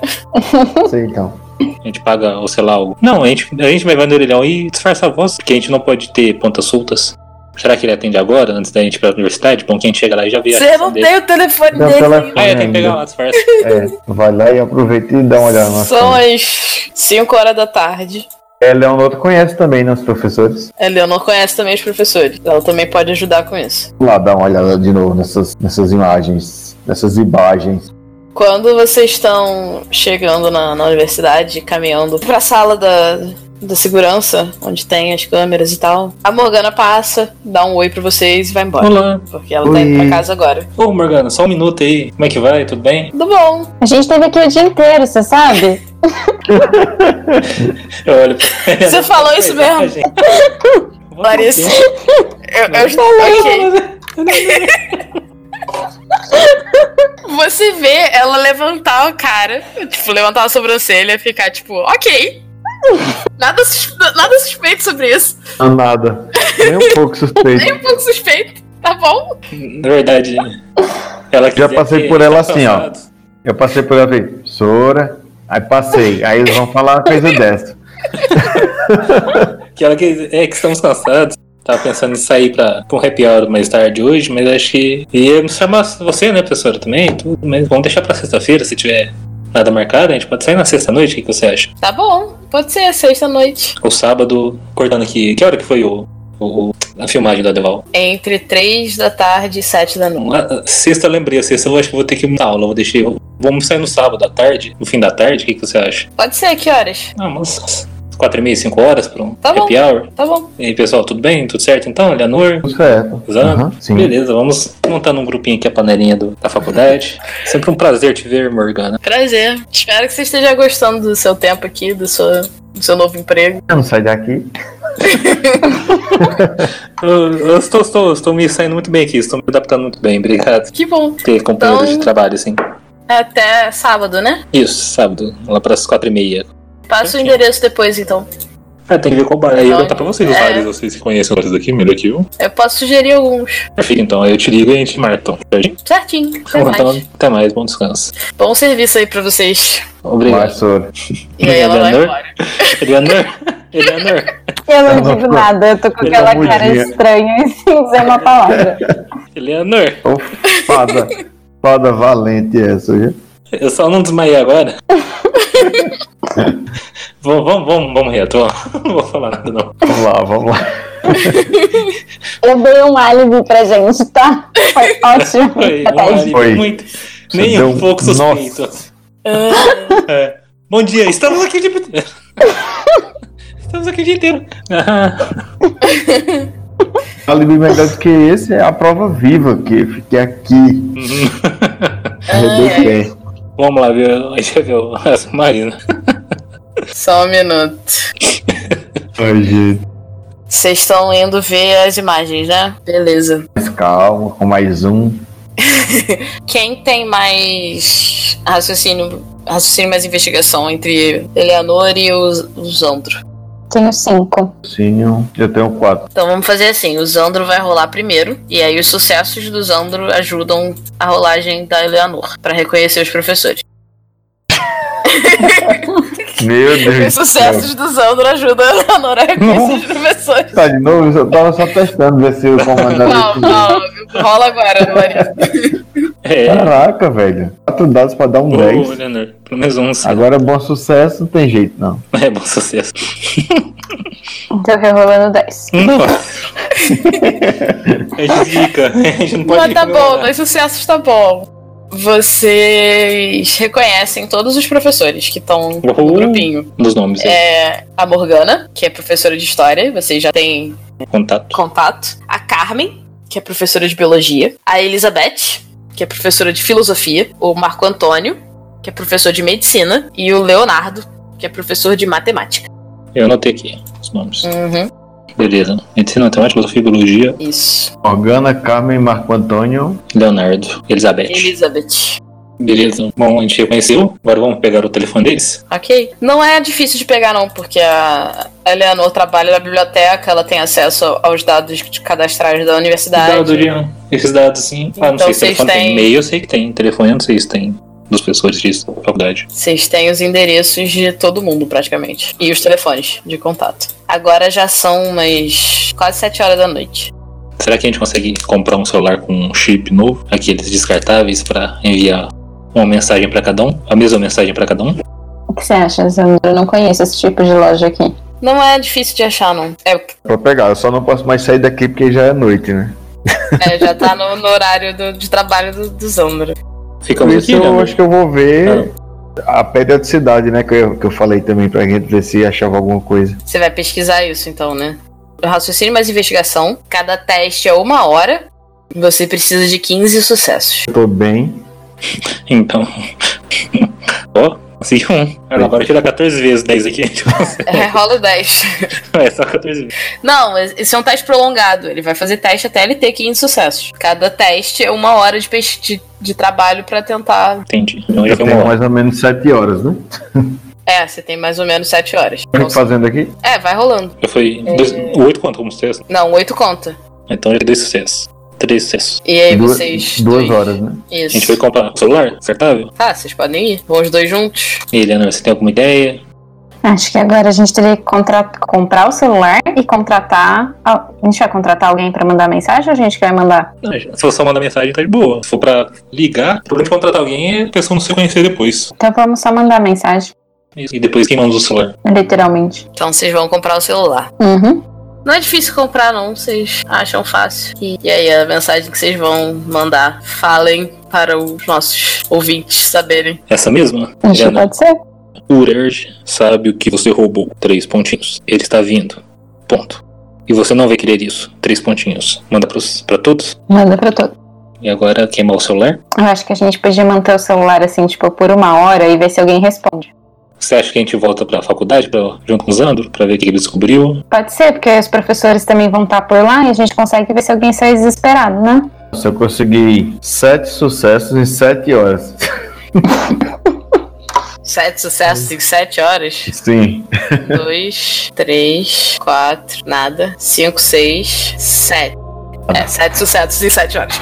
Speaker 2: Sei então.
Speaker 3: A gente paga, ou sei lá, algo. Não, a gente, a gente vai ver no orelhão e disfarça a voz, porque a gente não pode ter pontas soltas. Será que ele atende agora, antes da gente ir pra universidade? Bom, que a gente chega lá e já vê a
Speaker 1: Você
Speaker 3: reação
Speaker 1: não
Speaker 3: dele.
Speaker 1: tem o telefone
Speaker 2: Dá o
Speaker 1: dele.
Speaker 2: um telefone
Speaker 3: Ah, é, tem que pegar
Speaker 2: ainda.
Speaker 3: lá, disfarça.
Speaker 2: É, vai lá e aproveita e dá uma olhada. na
Speaker 1: São
Speaker 2: cena.
Speaker 1: as 5 horas da tarde.
Speaker 2: É, Leonor conhece também, né, os professores?
Speaker 1: A Eleanor conhece também os professores. Ela também pode ajudar com isso.
Speaker 2: Lá, dá uma olhada de novo nessas, nessas imagens, nessas imagens.
Speaker 1: Quando vocês estão chegando na, na universidade, caminhando pra sala da, da segurança, onde tem as câmeras e tal, a Morgana passa, dá um oi pra vocês e vai embora.
Speaker 3: Olá.
Speaker 1: Porque ela tá indo
Speaker 2: Oi.
Speaker 1: pra casa agora.
Speaker 3: Ô, Morgana, só um minuto aí. Como é que vai? Tudo bem?
Speaker 1: Tudo bom.
Speaker 4: A gente teve aqui o dia inteiro, você sabe?
Speaker 3: Eu olho pra ela.
Speaker 1: Você falou isso mesmo? Larissa. Eu, eu estou ok. Você vê ela levantar o cara, tipo, levantar a sobrancelha e ficar tipo, ok. Nada, sus- nada suspeito sobre isso.
Speaker 2: Ah, nada. Nem um pouco suspeito.
Speaker 1: Um pouco suspeito, tá bom?
Speaker 3: Na verdade, ela
Speaker 2: Já
Speaker 3: quiser
Speaker 2: passei
Speaker 3: que
Speaker 2: por ela assim, ó.
Speaker 3: passado.
Speaker 2: Eu passei por ela e falei, Sora. Aí passei. Aí eles vão falar uma coisa dessa.
Speaker 3: Que ela quis... É que estamos cansados. Tava pensando em sair pra, pra um happy hour mais tarde hoje, mas acho que. E nos chamar você, né, professora, também? Tudo, mas vamos deixar pra sexta-feira, se tiver nada marcado, a gente pode sair na sexta-noite, o que, que você acha?
Speaker 1: Tá bom, pode ser sexta-noite.
Speaker 3: Ou sábado, cortando aqui. Que hora que foi o, o- a filmagem da Deval?
Speaker 1: Entre três da tarde e sete da noite.
Speaker 3: Ah, Sexta eu lembrei, sexta eu acho que vou ter que ir na aula, vou deixar. Vamos sair no sábado à tarde, no fim da tarde, o que, que você acha?
Speaker 1: Pode ser, que horas?
Speaker 3: Ah, mas quatro e meia, cinco horas pra um
Speaker 1: Tá bom.
Speaker 3: happy hour.
Speaker 1: Tá bom.
Speaker 3: E aí, pessoal, tudo bem? Tudo certo então? Eleanor?
Speaker 2: Tudo certo.
Speaker 3: Exato.
Speaker 2: Aham, sim.
Speaker 3: Beleza, vamos montar num grupinho aqui a panelinha do- da faculdade. Sempre um prazer te ver, Morgana.
Speaker 1: Prazer. Espero que você esteja gostando do seu tempo aqui, do seu, do seu novo emprego.
Speaker 2: Eu não saio daqui.
Speaker 3: Eu, eu estou, estou, estou me saindo muito bem aqui, estou me adaptando muito bem, obrigado.
Speaker 1: Que bom.
Speaker 3: Ter companheiros
Speaker 1: Então-
Speaker 3: de trabalho, assim.
Speaker 1: Até sábado, né?
Speaker 3: Isso, sábado, lá para as quatro e meia.
Speaker 1: Passa o
Speaker 3: Ok.
Speaker 1: endereço depois, então.
Speaker 3: Ah, tem que ver qual bar. Aí eu
Speaker 1: Então,
Speaker 3: vou perguntar pra vocês os
Speaker 1: é.
Speaker 3: bares, vocês que conhecem os daqui, melhor que eu.
Speaker 1: Eu posso sugerir alguns.
Speaker 3: Perfeito, então, aí eu te ligo e a gente marca. Então, certinho?
Speaker 1: Certinho. Até
Speaker 3: Então,
Speaker 1: mais.
Speaker 3: até mais, bom descanso.
Speaker 1: Bom serviço aí pra vocês.
Speaker 2: Mas,
Speaker 3: Obrigado.
Speaker 2: Sora.
Speaker 1: E aí ela vai
Speaker 3: Leonor?
Speaker 1: embora.
Speaker 3: Eleanor, Eleanor.
Speaker 4: Eu não
Speaker 2: Ela
Speaker 4: digo
Speaker 2: ficou-
Speaker 4: nada, eu tô com
Speaker 2: Pelo
Speaker 4: aquela
Speaker 2: amor de
Speaker 4: cara
Speaker 2: Deus.
Speaker 4: estranha sem dizer uma palavra.
Speaker 3: Eleanor,
Speaker 2: Ô, fada. Fada valente é essa, viu?
Speaker 3: eu só não desmaiei agora. vamos, vamos, vamos, vamos reto. ó. Não vou falar nada, não.
Speaker 2: Vamos lá, vamos lá.
Speaker 4: Eu dei um álibi pra gente, tá? Foi ótimo.
Speaker 3: Foi, vamos ali,
Speaker 2: Foi.
Speaker 3: muito.
Speaker 2: Você
Speaker 3: Nem um
Speaker 2: deu-
Speaker 3: pouco suspeito. É. Bom dia, estamos aqui o dia inteiro. estamos aqui o dia inteiro. Ah,
Speaker 2: Alibi melhor do que esse é a prova viva que fiquei aqui. Arrebentei.
Speaker 3: vamos lá, viu? A gente vai ver é o- a Marina.
Speaker 1: Só um minuto.
Speaker 2: Ai, gente.
Speaker 1: Vocês estão indo ver as imagens, né? Beleza.
Speaker 2: Mas calma, com mais um.
Speaker 1: Quem tem mais raciocínio, raciocínio mais investigação entre Eleanor e o, o Zandro?
Speaker 4: Tenho cinco.
Speaker 2: Sim, eu tenho quatro.
Speaker 1: Então vamos fazer assim: o Zandro vai rolar primeiro, e aí os sucessos do Zandro ajudam a rolagem da Eleanor pra reconhecer os professores.
Speaker 2: Meu
Speaker 1: Os
Speaker 2: Deus. do céu.
Speaker 1: sucessos do Zandro ajudam a Eleanor a reconhecer os professores.
Speaker 2: Tá de novo, eu tava só testando ver se o
Speaker 1: Não,
Speaker 2: comandante.
Speaker 1: não, rola agora, Larissa.
Speaker 3: É.
Speaker 2: Caraca, velho. Quatro dados pra dar um é
Speaker 3: Ô,
Speaker 2: 10.
Speaker 3: Eleanor, pelo menos um.
Speaker 2: Agora bom sucesso, não tem jeito, não.
Speaker 3: É bom sucesso.
Speaker 4: Então eu rolando 10.
Speaker 3: Não. a gente zica. A gente não pode
Speaker 1: Mas tá
Speaker 3: ignorar.
Speaker 1: bom, dois sucessos tá bom. Vocês reconhecem todos os professores que estão no
Speaker 3: Uhul.
Speaker 1: grupinho.
Speaker 3: Um dos nomes aí.
Speaker 1: É a Morgana, que é professora de história, vocês já têm
Speaker 3: Contato.
Speaker 1: contato. A Carmen, que é professora de biologia. A Elizabeth, que é professora de filosofia. O Marco Antônio, que é professor de medicina. E o Leonardo, que é professor de matemática.
Speaker 3: Eu anotei aqui os nomes.
Speaker 1: Uhum,
Speaker 3: Beleza. Medicina, matemática, filosofia, biologia,
Speaker 1: isso.
Speaker 2: Morgana, Carmen, Marco Antônio.
Speaker 3: Leonardo, Elizabeth.
Speaker 1: Elizabeth.
Speaker 3: Beleza. Bom, a gente reconheceu. Agora vamos pegar o telefone deles.
Speaker 1: Ok. Não é difícil de pegar, não, porque a a Eleanor trabalha na biblioteca, ela tem acesso aos dados cadastrais da universidade.
Speaker 3: Dado de... Esses dados, sim. ah, não
Speaker 1: Então
Speaker 3: sei se
Speaker 1: vocês
Speaker 3: telefone tem.
Speaker 1: têm-
Speaker 3: E-mail eu sei que tem. Telefone eu não sei se tem. Dos professores de faculdade.
Speaker 1: Vocês têm os endereços de todo mundo, praticamente. E os telefones de contato. Agora já são umas quase sete horas da noite.
Speaker 3: Será que a gente consegue comprar um celular com um chip novo? Aqueles descartáveis pra enviar uma mensagem pra cada um? A mesma mensagem pra cada um?
Speaker 4: O que você acha, Sandra? Eu não conheço esse tipo de loja aqui.
Speaker 1: Não é difícil de achar, não. É,
Speaker 2: Pra pegar, eu só não posso mais sair daqui porque já é noite, né?
Speaker 1: é, já tá no, no horário do- de trabalho do, do Zandro.
Speaker 2: Por
Speaker 3: Ficamos
Speaker 2: isso
Speaker 3: aqui, né? É.
Speaker 2: eu acho que eu vou ver a periodicidade, né? Que eu, que eu falei também pra gente ver se achava alguma coisa.
Speaker 1: Você vai pesquisar isso, então, né? O raciocínio mais investigação. Cada teste é uma hora. Você precisa de 15 sucessos.
Speaker 2: Eu tô bem.
Speaker 3: Então. Ó, consegui um. Ah, não, Agora tira 14 vezes 10 aqui.
Speaker 1: É, rola o 10.
Speaker 3: é só 14 vezes.
Speaker 1: Não, esse é um teste prolongado. Ele vai fazer teste até ele ter 15 sucessos. Cada teste é uma hora de, pes- de, de trabalho pra tentar.
Speaker 3: Entendi. Então
Speaker 2: Eu
Speaker 3: já
Speaker 2: tenho
Speaker 3: vamos lá.
Speaker 2: mais ou menos sete horas, né?
Speaker 1: É, você tem mais ou menos 7 horas.
Speaker 2: O que eu tô fazendo aqui?
Speaker 1: É, vai rolando.
Speaker 3: Já foi. Dois, oito quanto como sucesso?
Speaker 1: Não, 8 conta.
Speaker 3: Então já deu dois sucessos. Três sucessos.
Speaker 1: E aí
Speaker 2: Duas,
Speaker 1: vocês.
Speaker 2: duas
Speaker 1: dois.
Speaker 2: horas, né?
Speaker 3: A gente foi
Speaker 1: Isso.
Speaker 3: comprar um celular, acertável?
Speaker 1: Tá, vocês podem ir. Vão os dois juntos.
Speaker 3: E Eleanor, você tem alguma ideia?
Speaker 4: Acho que agora a gente teria que contra- comprar o celular e contratar. a- A gente vai contratar alguém pra mandar mensagem ou a gente quer mandar?
Speaker 3: Não, se você só mandar mensagem, tá de boa. Se for pra ligar, o problema de contratar alguém é a pessoa não se conhecer depois.
Speaker 4: Então vamos só mandar mensagem,
Speaker 3: E depois quem manda o celular?
Speaker 4: literalmente.
Speaker 1: Então vocês vão comprar o celular.
Speaker 4: Uhum.
Speaker 1: Não é difícil comprar, não. Vocês acham fácil. E, e aí, a mensagem que vocês vão mandar, falem para os nossos ouvintes saberem.
Speaker 3: Essa mesma?
Speaker 4: Acho que
Speaker 3: Eleanor,
Speaker 4: pode ser.
Speaker 3: o Urge sabe o que você roubou. Três pontinhos. Ele está vindo. Ponto. E você não vai querer isso. Três pontinhos. Manda pros, pra todos.
Speaker 4: Manda pra todo.
Speaker 3: E agora queimar o celular?
Speaker 4: Eu acho que a gente podia manter o celular assim, tipo, por uma hora e ver se alguém responde.
Speaker 3: Você acha que a gente volta pra faculdade pra, junto com o Zandro pra ver o que ele descobriu?
Speaker 4: Pode ser, porque os professores também vão estar por lá e a gente consegue ver se alguém sai desesperado, né?
Speaker 2: Se eu conseguir sete sucessos em sete horas.
Speaker 1: Sete sucessos em sete horas.
Speaker 2: Sim.
Speaker 1: dois, três, quatro, nada, cinco, seis, sete. É, sete sucessos em sete horas.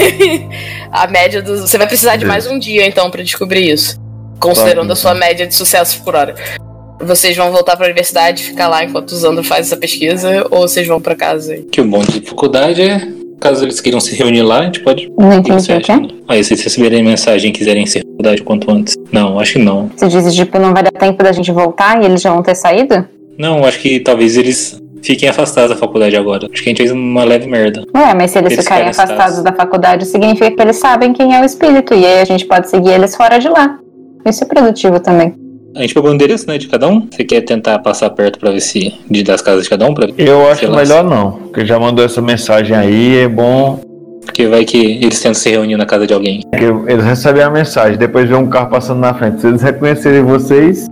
Speaker 1: a média dos. Você vai precisar de mais um dia, então, pra descobrir isso. Considerando a sua média de sucessos por hora. Vocês vão voltar pra universidade, ficar lá enquanto o Zandro faz essa pesquisa, ou vocês vão pra casa?
Speaker 3: Que o bom de faculdade é, caso eles queiram se reunir lá, a gente pode.
Speaker 4: Não
Speaker 3: O que
Speaker 4: entendi
Speaker 3: você
Speaker 4: o
Speaker 3: acha?
Speaker 4: quê?
Speaker 3: né? Aí, se vocês receberem mensagem e quiserem ser faculdade quanto antes. Não, acho que não.
Speaker 4: Você diz, tipo, não vai dar tempo da gente voltar e eles já vão ter saído?
Speaker 3: Não, acho que talvez eles fiquem afastados da faculdade agora. Acho que a gente fez uma leve merda.
Speaker 4: Ué, é, mas se eles,
Speaker 3: Eles
Speaker 4: ficarem
Speaker 3: querem estar-
Speaker 4: afastados da faculdade, significa que eles sabem quem é o espírito. E aí a gente pode seguir eles fora de lá. Isso é produtivo também.
Speaker 3: A gente pegou o endereço, né, de cada um. Você quer tentar passar perto pra ver se. De, das casas de cada um? Pra,
Speaker 2: Eu acho
Speaker 3: Sei lá.
Speaker 2: melhor não. Porque já mandou essa mensagem aí, é bom.
Speaker 3: porque vai que eles tentam se reunir na casa de alguém.
Speaker 2: Porque eles recebem a mensagem, depois vê um carro passando na frente. Se eles reconhecerem vocês,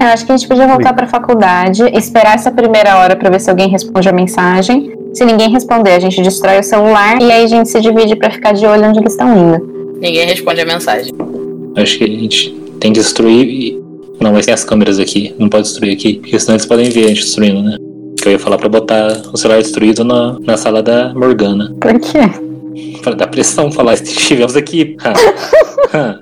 Speaker 4: Eu acho que a gente podia voltar pra faculdade, esperar essa primeira hora pra ver se alguém responde a mensagem. Se ninguém responder, a gente destrói o celular e aí a gente se divide pra ficar de olho onde eles estão indo.
Speaker 1: Ninguém responde a mensagem.
Speaker 3: Acho que a gente tem que destruir e. Não, mas tem as câmeras aqui. Não pode destruir aqui. Porque senão eles podem ver a gente destruindo, né? Que eu ia falar pra botar o celular destruído na, na sala da Morgana.
Speaker 4: Por quê?
Speaker 3: Pra dar pressão, falar, estivemos aqui. Ah. Ah.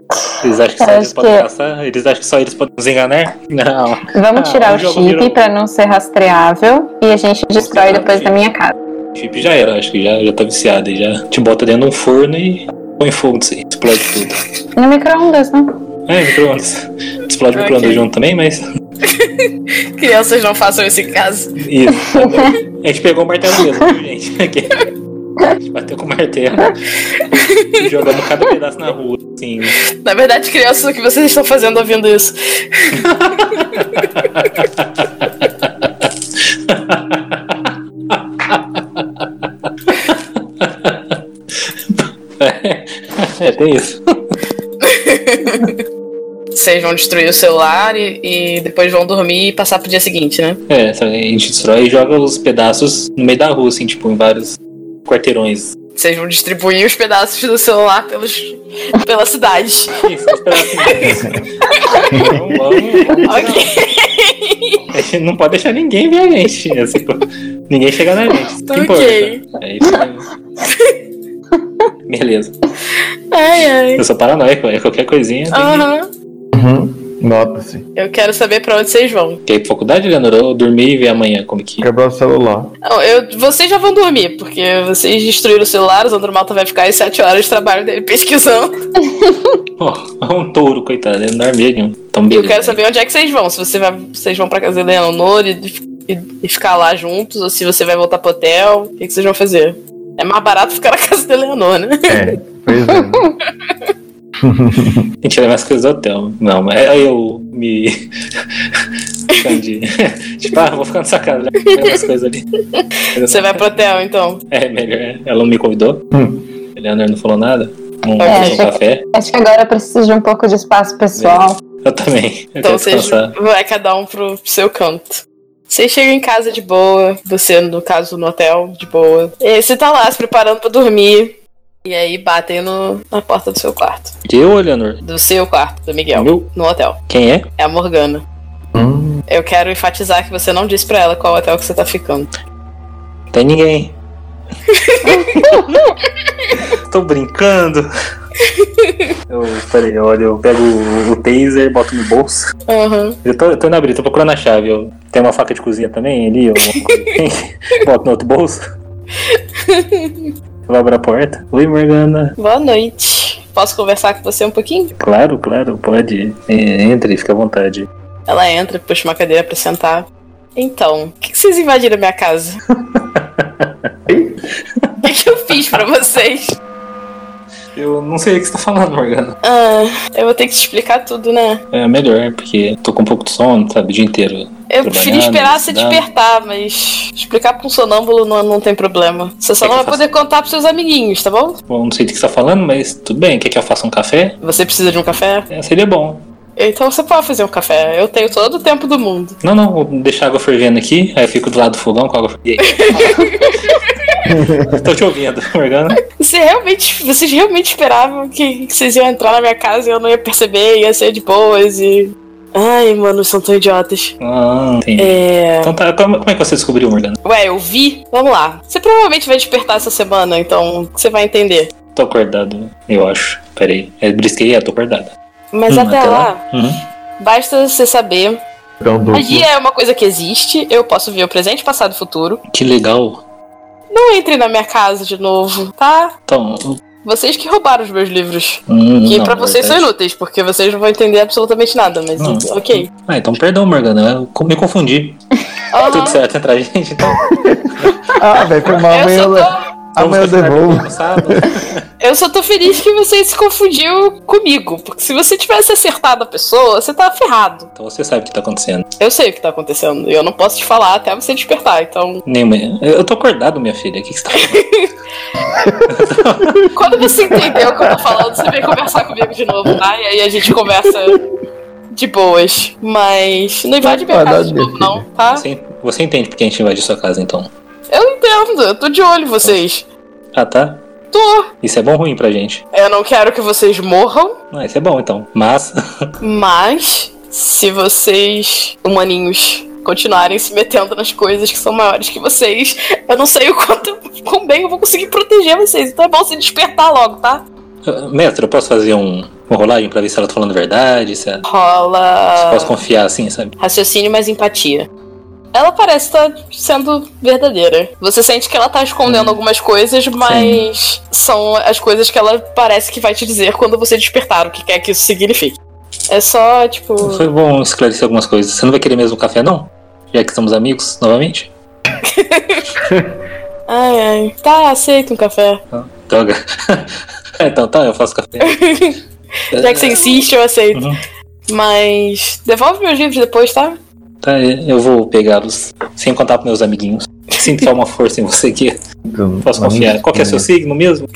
Speaker 3: Eles acham que só
Speaker 4: Eu
Speaker 3: eles
Speaker 4: acho
Speaker 3: podem
Speaker 4: que-
Speaker 3: passar? Eles acham que só eles podem nos enganar? Não.
Speaker 4: Vamos
Speaker 3: Ah,
Speaker 4: tirar
Speaker 3: o
Speaker 4: o
Speaker 3: jogo
Speaker 4: chip
Speaker 3: virou.
Speaker 4: pra não ser rastreável e a gente destrói
Speaker 3: tirar o
Speaker 4: depois
Speaker 3: chip.
Speaker 4: da minha casa.
Speaker 3: Chip já era, acho que já, já tá viciado aí, já te bota dentro de um forno e põe fogo nisso aí, explode tudo.
Speaker 4: No micro-ondas, né?
Speaker 3: É, micro-ondas. Explode o micro-ondas
Speaker 1: Ok.
Speaker 3: junto também, mas
Speaker 1: Crianças não façam esse caso.
Speaker 3: Isso. A gente pegou o martelo mesmo, viu, gente? Aqui. A gente bateu com o martelo. E jogamos cada pedaço na rua, assim.
Speaker 1: Na verdade, crianças, o que vocês estão fazendo ouvindo isso?
Speaker 3: É, tem isso.
Speaker 1: Vocês vão destruir o celular e, e depois vão dormir e passar pro dia seguinte, né?
Speaker 3: É, sabe, a gente destrói e joga os pedaços no meio da rua, assim, tipo, em vários quarteirões.
Speaker 1: Vocês vão distribuir os pedaços do celular pelos, pela cidade.
Speaker 3: Isso, os pedacinhos. Vamos, vamos, vamos.
Speaker 1: Ok.
Speaker 3: A gente não pode deixar ninguém ver a gente. assim, pô. ninguém chegar na gente. Isso que importa.
Speaker 1: Ok.
Speaker 3: É isso mesmo. Beleza.
Speaker 1: Ai, ai.
Speaker 3: Eu sou paranoico, é qualquer coisinha. Tem...
Speaker 1: Aham.
Speaker 2: Uhum. Nota-se.
Speaker 1: Eu quero saber pra onde vocês vão.
Speaker 3: Quer ir pra faculdade, né, Leandro? Ou dormir e ver amanhã como que.
Speaker 2: Quebrar o celular.
Speaker 1: Não, eu, vocês já vão dormir, porque vocês destruíram o celular, o Zandro Malta vai ficar aí sete horas de trabalho dele pesquisando.
Speaker 3: Pô, é um touro, coitado. Ele não dorme nenhum. Então,
Speaker 1: E eu
Speaker 3: beleza.
Speaker 1: quero saber onde é que vocês vão. Se você vai, vocês vão pra casa da Eleanor e, e- e ficar lá juntos, ou se você vai voltar pro hotel. O que, que vocês vão fazer? É mais barato ficar na casa da Eleanor, né?
Speaker 2: É, pois é. né?
Speaker 3: A gente leva as coisas do hotel. Não, mas aí eu me. Escondi. tipo, ah, vou ficar nessa casa, né? Leva as coisas ali.
Speaker 1: Você vai pro hotel, então.
Speaker 3: É melhor. Ela não me convidou.
Speaker 2: Hum.
Speaker 3: A Leandro não falou nada. Não
Speaker 1: É,
Speaker 3: tomou um
Speaker 4: já-
Speaker 3: café.
Speaker 4: Acho que agora eu preciso de um pouco de espaço pessoal.
Speaker 3: Eu também. Eu
Speaker 1: Então
Speaker 3: quero
Speaker 1: vocês
Speaker 3: descansar.
Speaker 1: vai cada um pro, pro seu canto. Vocês chegam em casa de boa, você, no caso, no hotel, de boa. E você tá lá se preparando pra dormir. E aí batem no, na porta do seu quarto.
Speaker 3: Eu ou Leandro?
Speaker 1: Do seu quarto, do Miguel.
Speaker 3: Meu?
Speaker 1: No hotel.
Speaker 3: Quem é?
Speaker 1: É a Morgana.
Speaker 2: Hum,
Speaker 1: Eu quero enfatizar que você não disse pra ela qual hotel que você tá ficando.
Speaker 3: Tem ninguém. Tô brincando. Eu, peraí, olha, eu pego o, o taser, boto no bolso.
Speaker 1: Aham.
Speaker 3: Eu tô, eu tô na briga, tô procurando a chave. Eu tenho uma faca de cozinha também ali, eu assim. boto no outro bolso. Eu abro a porta. Oi, Morgana.
Speaker 1: Boa noite. Posso conversar com você um pouquinho?
Speaker 3: Claro, claro, pode. É, Entre, fica à vontade.
Speaker 1: Ela entra, puxa uma cadeira pra sentar. Então, o que, que vocês invadiram a minha casa? O que, que eu fiz pra vocês?
Speaker 3: Eu não sei o que você tá falando, Morgana.
Speaker 1: Ah, eu vou ter que te explicar tudo, né?
Speaker 3: É melhor, porque tô com um pouco de sono, sabe, o dia inteiro.
Speaker 1: Eu
Speaker 3: Trabalhar,
Speaker 1: preferia esperar
Speaker 3: né,
Speaker 1: você
Speaker 3: estudar.
Speaker 1: despertar, mas explicar pra um sonâmbulo não, não tem problema. Você só
Speaker 3: Quer
Speaker 1: não
Speaker 3: É que
Speaker 1: vai
Speaker 3: eu
Speaker 1: poder contar pros seus amiguinhos, tá bom?
Speaker 3: Bom, não sei do que você tá falando, mas tudo bem. Quer que eu faça um café?
Speaker 1: Você precisa de um café?
Speaker 3: É, seria bom.
Speaker 1: Então você pode fazer um café. Eu tenho todo o tempo do mundo.
Speaker 3: Não, não, vou deixar a água fervendo aqui, aí eu fico do lado do fogão com a água fervendo. Tô te ouvindo, Morgana.
Speaker 1: Você realmente, vocês realmente esperavam que, que vocês iam entrar na minha casa e eu não ia perceber, ia ser de boas e. Ai, mano, são tão idiotas.
Speaker 3: Ah, entendi.
Speaker 1: É.
Speaker 3: Então tá, como, como é que você descobriu, Morgana?
Speaker 1: Ué, eu vi. Vamos lá. Você provavelmente vai despertar essa semana, então você vai entender.
Speaker 3: Tô acordado, eu acho. Peraí. É, brisquei, é, tô acordada.
Speaker 1: Mas
Speaker 3: Hum,
Speaker 1: até,
Speaker 3: até lá.
Speaker 1: lá,
Speaker 3: Uhum.
Speaker 1: basta você saber
Speaker 2: então, duplo.
Speaker 1: Magia é uma coisa que existe, eu posso ver o presente, passado e futuro.
Speaker 3: Que legal.
Speaker 1: Não entre na minha casa de novo, tá?
Speaker 3: Então,
Speaker 1: Vocês que roubaram os meus livros.
Speaker 3: hum,
Speaker 1: Que
Speaker 3: não,
Speaker 1: pra
Speaker 3: na
Speaker 1: vocês são
Speaker 3: verdade.
Speaker 1: inúteis, porque vocês não vão entender absolutamente nada, mas
Speaker 3: Não.
Speaker 1: ok.
Speaker 3: Ah, então perdão, Morgana, eu co- me confundi.
Speaker 1: Aham.
Speaker 3: Tá Tudo certo entre a gente, então.
Speaker 2: Ah, velho, foi mal.
Speaker 1: Eu
Speaker 2: Amanhã eu,
Speaker 1: só,
Speaker 2: le-
Speaker 1: tô,
Speaker 2: amanhã eu
Speaker 3: Vamos continuar
Speaker 2: devolvo.
Speaker 3: no sábado.
Speaker 1: eu só tô feliz que você se confundiu comigo. Porque se você tivesse acertado a pessoa, você tava ferrado.
Speaker 3: Então você sabe o que tá acontecendo.
Speaker 1: Eu sei o que tá acontecendo. E eu não posso te falar até você despertar. Então,
Speaker 3: Nenhuma. Eu tô acordado, minha filha. O que, que você tá falando?
Speaker 1: quando você entendeu o que eu tô falando, você vem conversar comigo de novo, tá? E aí a gente conversa de boas. Mas não invade minha
Speaker 2: Vai dar
Speaker 1: casa de
Speaker 2: minha
Speaker 1: novo, não, tá?
Speaker 3: Você, você entende porque a gente invadiu sua casa, então.
Speaker 1: Eu entendo, eu tô de olho em vocês.
Speaker 3: Ah, tá?
Speaker 1: Tô.
Speaker 3: Isso é bom ou ruim pra gente?
Speaker 1: Eu não quero que vocês morram,
Speaker 3: Ah, isso é bom então. Mas,
Speaker 1: mas se vocês, humaninhos, continuarem se metendo nas coisas que são maiores que vocês, eu não sei o quanto, quão bem eu vou conseguir proteger vocês. Então é bom se despertar logo, tá?
Speaker 3: eh, mestre, eu posso fazer um, uma rolagem pra ver se ela tá falando verdade? Se, ela- se
Speaker 1: Rola
Speaker 3: posso confiar assim, sabe?
Speaker 1: raciocínio mais empatia. Ela parece estar sendo verdadeira. Você sente que ela tá escondendo
Speaker 3: Uhum.
Speaker 1: algumas coisas, mas são as coisas que ela parece que vai te dizer quando você despertar, o que quer que isso signifique. É só, tipo.
Speaker 3: Foi bom esclarecer algumas coisas. Você não vai querer mesmo café, não? Já que estamos amigos, novamente?
Speaker 1: Ai, ai. Tá, aceito um café.
Speaker 3: Droga. então tá, eu faço café.
Speaker 1: Já que você insiste, eu aceito.
Speaker 3: É. Uhum.
Speaker 1: Mas. Devolve meus livros depois, tá?
Speaker 3: Tá, eu vou pegá-los sem contar pros meus amiguinhos. Sinto que há uma força em você que
Speaker 2: Então,
Speaker 3: posso confiar. Qual que é seu signo mesmo?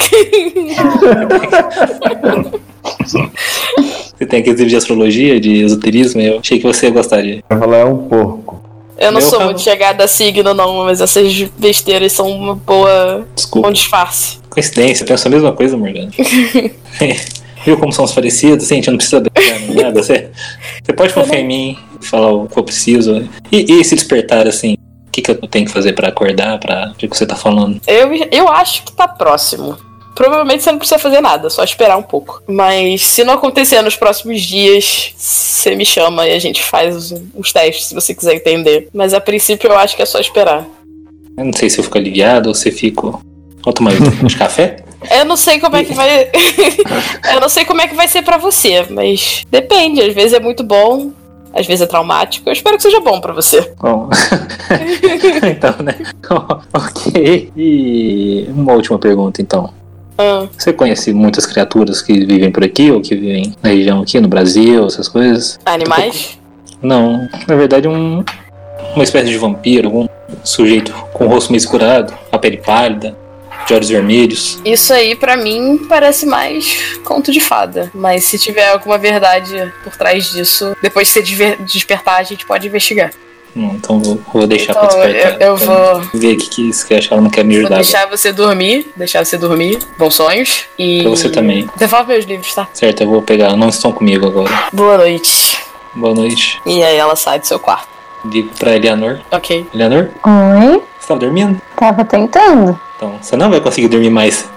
Speaker 3: você tem aqueles livros de astrologia, de esoterismo, eu achei que você gostaria.
Speaker 2: Vai falar é um porco.
Speaker 1: Eu não
Speaker 3: Meu
Speaker 1: sou
Speaker 3: favor.
Speaker 1: muito chegada a signo, não, mas essas besteiras são uma boa.
Speaker 3: Desculpa.
Speaker 1: bom disfarce.
Speaker 3: Coincidência, eu penso a mesma coisa, Morgana. Viu como somos parecidos? Assim, a gente não precisa brigar nem nada. Você, você pode confiar em mim, falar o que eu preciso. né? E, e se despertar assim, o que, que eu tenho que fazer pra acordar, pra o que que você tá falando?
Speaker 1: Eu, eu acho que tá próximo. Provavelmente você não precisa fazer nada, só esperar um pouco. Mas se não acontecer nos próximos dias, você me chama e a gente faz os- uns testes, se você quiser entender. Mas a princípio eu acho que é só esperar.
Speaker 3: Eu não sei se eu fico aliviado ou se fico. Vou tomar um de café?
Speaker 1: Eu não sei como é que vai. eu não sei como é que vai ser pra você, mas depende. Às vezes é muito bom, às vezes é traumático. Eu espero que seja bom pra você.
Speaker 3: Bom. então, né? ok. E uma última pergunta, então.
Speaker 1: Ah,
Speaker 3: Você conhece muitas criaturas que vivem por aqui ou que vivem na região aqui, no Brasil, essas coisas?
Speaker 1: animais?
Speaker 3: Não, na verdade um uma espécie de vampiro, um sujeito com o rosto meio escurado, a pele pálida, de olhos vermelhos.
Speaker 1: Isso aí, pra mim, parece mais conto de fada. Mas se tiver alguma verdade por trás disso, depois de você diver- despertar, a gente pode investigar.
Speaker 3: Hum, então vou, vou deixar
Speaker 1: Então,
Speaker 3: pra despertar.
Speaker 1: eu, eu vou,
Speaker 3: ver o que, que isso que achar, ela não quer me
Speaker 1: vou
Speaker 3: ajudar.
Speaker 1: deixar você dormir, deixar você dormir. Bons sonhos. E.
Speaker 3: Pra você também.
Speaker 1: Devolve meus livros, tá?
Speaker 3: Certo, eu vou pegar. Não estão comigo agora.
Speaker 1: Boa noite.
Speaker 3: Boa noite.
Speaker 1: E aí ela sai do seu quarto.
Speaker 3: Digo pra Eleanor.
Speaker 1: Ok.
Speaker 3: Eleanor,
Speaker 4: Oi?
Speaker 3: você tá dormindo?
Speaker 4: Tava tentando.
Speaker 3: Então, você não vai conseguir dormir mais.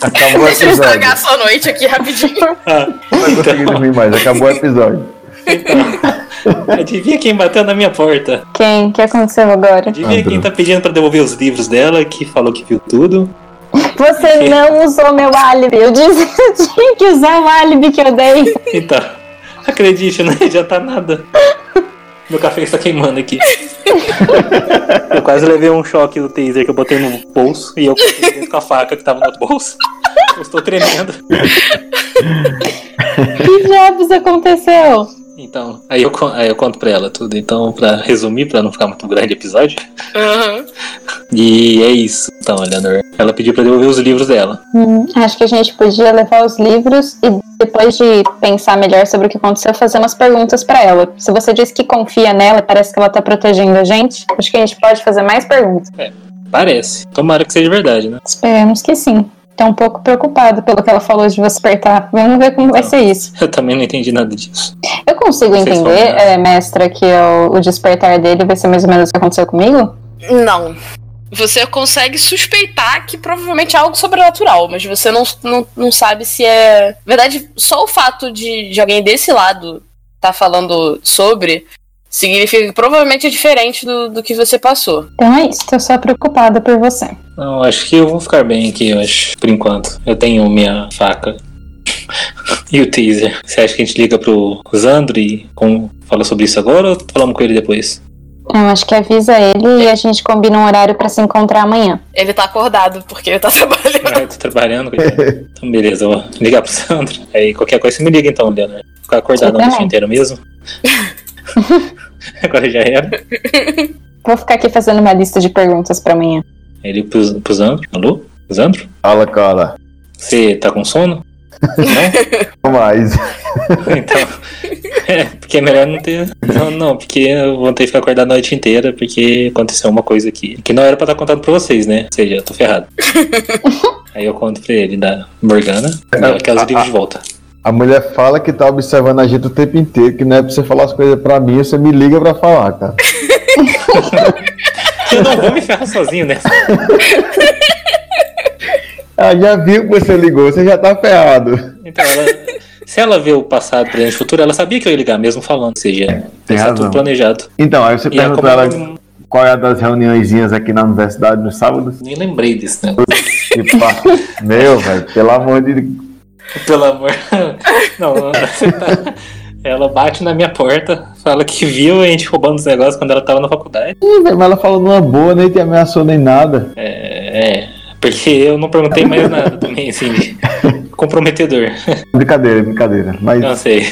Speaker 2: Acabou o
Speaker 1: Deixa eu estragar a
Speaker 2: episódio.
Speaker 1: sua noite aqui rapidinho.
Speaker 3: Ah,
Speaker 2: Não vai conseguir dormir mais. Acabou o episódio.
Speaker 3: adivinha quem bateu na minha porta?
Speaker 4: Quem? O que aconteceu agora?
Speaker 3: Adivinha
Speaker 2: Andrew.
Speaker 3: quem tá pedindo pra devolver os livros dela, que falou que viu tudo.
Speaker 4: Você não usou meu álibi. Eu disse que eu tinha que usar o álibi que eu dei.
Speaker 3: Então, acredite, não adianta nada. Meu café está queimando aqui. Eu quase levei um choque do taser que eu botei no bolso e eu cortei dentro com a faca que tava no outro bolso. Eu estou tremendo.
Speaker 4: Que diabos aconteceu?
Speaker 3: Então, aí eu, con- aí eu conto pra ela tudo. Então, pra resumir, pra não ficar muito grande o episódio.
Speaker 1: Aham.
Speaker 3: E é isso. Então, Eleanor, ela pediu pra devolver os livros dela.
Speaker 4: Hum, acho que a gente podia levar os livros e depois de pensar melhor sobre o que aconteceu, fazer umas perguntas pra ela. Se você disse que confia nela, e parece que ela tá protegendo a gente. Acho que a gente pode fazer mais perguntas.
Speaker 3: Parece. Tomara que seja verdade, né?
Speaker 4: Esperamos que sim. Tô um pouco preocupada pelo que ela falou de você apertar. Vamos ver como vai ser isso.
Speaker 3: Eu também não entendi nada disso.
Speaker 4: Eu consigo
Speaker 3: Tá. Vocês
Speaker 4: entender,
Speaker 3: vão-
Speaker 4: é, mestra, que o, o despertar dele vai ser mais ou menos o que aconteceu comigo?
Speaker 1: Não. Você consegue suspeitar que provavelmente é algo sobrenatural, mas você não, não, não sabe se é. Na verdade, só o fato de, de alguém desse lado tá falando sobre significa que provavelmente é diferente do, do que você passou.
Speaker 4: Então é isso, tô só preocupada por você.
Speaker 3: Não, acho que eu vou ficar bem aqui, eu acho, por enquanto. Eu tenho minha faca. e o teaser. Você acha que a gente liga pro Zandri com... fala sobre isso agora ou falamos com ele depois?
Speaker 4: Eu acho que avisa ele e a gente combina um horário pra se encontrar amanhã.
Speaker 1: Ele tá acordado porque ele tá trabalhando.
Speaker 3: Ah, eu tô trabalhando. coitado. então, beleza, eu vou ligar pro Sandro. Aí qualquer coisa você me liga então, Leonardo. Ficar acordado
Speaker 4: Tudo
Speaker 3: a noite
Speaker 4: bem.
Speaker 3: inteira mesmo. agora já era.
Speaker 4: Vou ficar aqui fazendo uma lista de perguntas pra amanhã.
Speaker 3: Aí ligo pro, pro Zandro. Alô? Zandro?
Speaker 2: Fala, cara.
Speaker 3: Você tá com sono? Não?
Speaker 2: Não mais.
Speaker 3: Então, é, porque é melhor não ter. Não, não, porque eu vou ter que ficar acordado a noite inteira, porque aconteceu uma coisa aqui. Que não era pra estar contando pra vocês, né? Ou seja, eu tô ferrado. Aí eu conto pra ele da Morgana, ela
Speaker 2: Ah,
Speaker 3: quer os livros de volta.
Speaker 2: A mulher fala que tá observando a gente o tempo inteiro, que não é pra você falar as coisas pra mim, você me liga pra falar, cara.
Speaker 3: Eu não vou me ferrar sozinho, né?
Speaker 2: Ela Ah, já viu que você ligou, você já tá ferrado.
Speaker 3: Então, ela, se ela vê o passado, presente e futuro, ela sabia que eu ia ligar, mesmo falando. Ou seja, tem que estar
Speaker 2: É, razão.
Speaker 3: tudo planejado.
Speaker 2: Então, aí você
Speaker 3: E ela
Speaker 2: perguntou ela
Speaker 3: como
Speaker 2: qual é a das reuniõezinhas aqui na universidade nos sábados. Tipo,
Speaker 3: nem lembrei desse negócio.
Speaker 2: E pá, meu, velho, pelo amor de
Speaker 3: Pelo amor. Não, você tá- Ela bate na minha porta, fala que viu a gente roubando os negócios quando ela tava na faculdade.
Speaker 2: Ih, velho, mas ela falou numa boa, nem te ameaçou nem nada.
Speaker 3: É, é, porque eu não perguntei mais nada também, assim, de comprometedor.
Speaker 2: Brincadeira, brincadeira. Mas
Speaker 3: Não sei.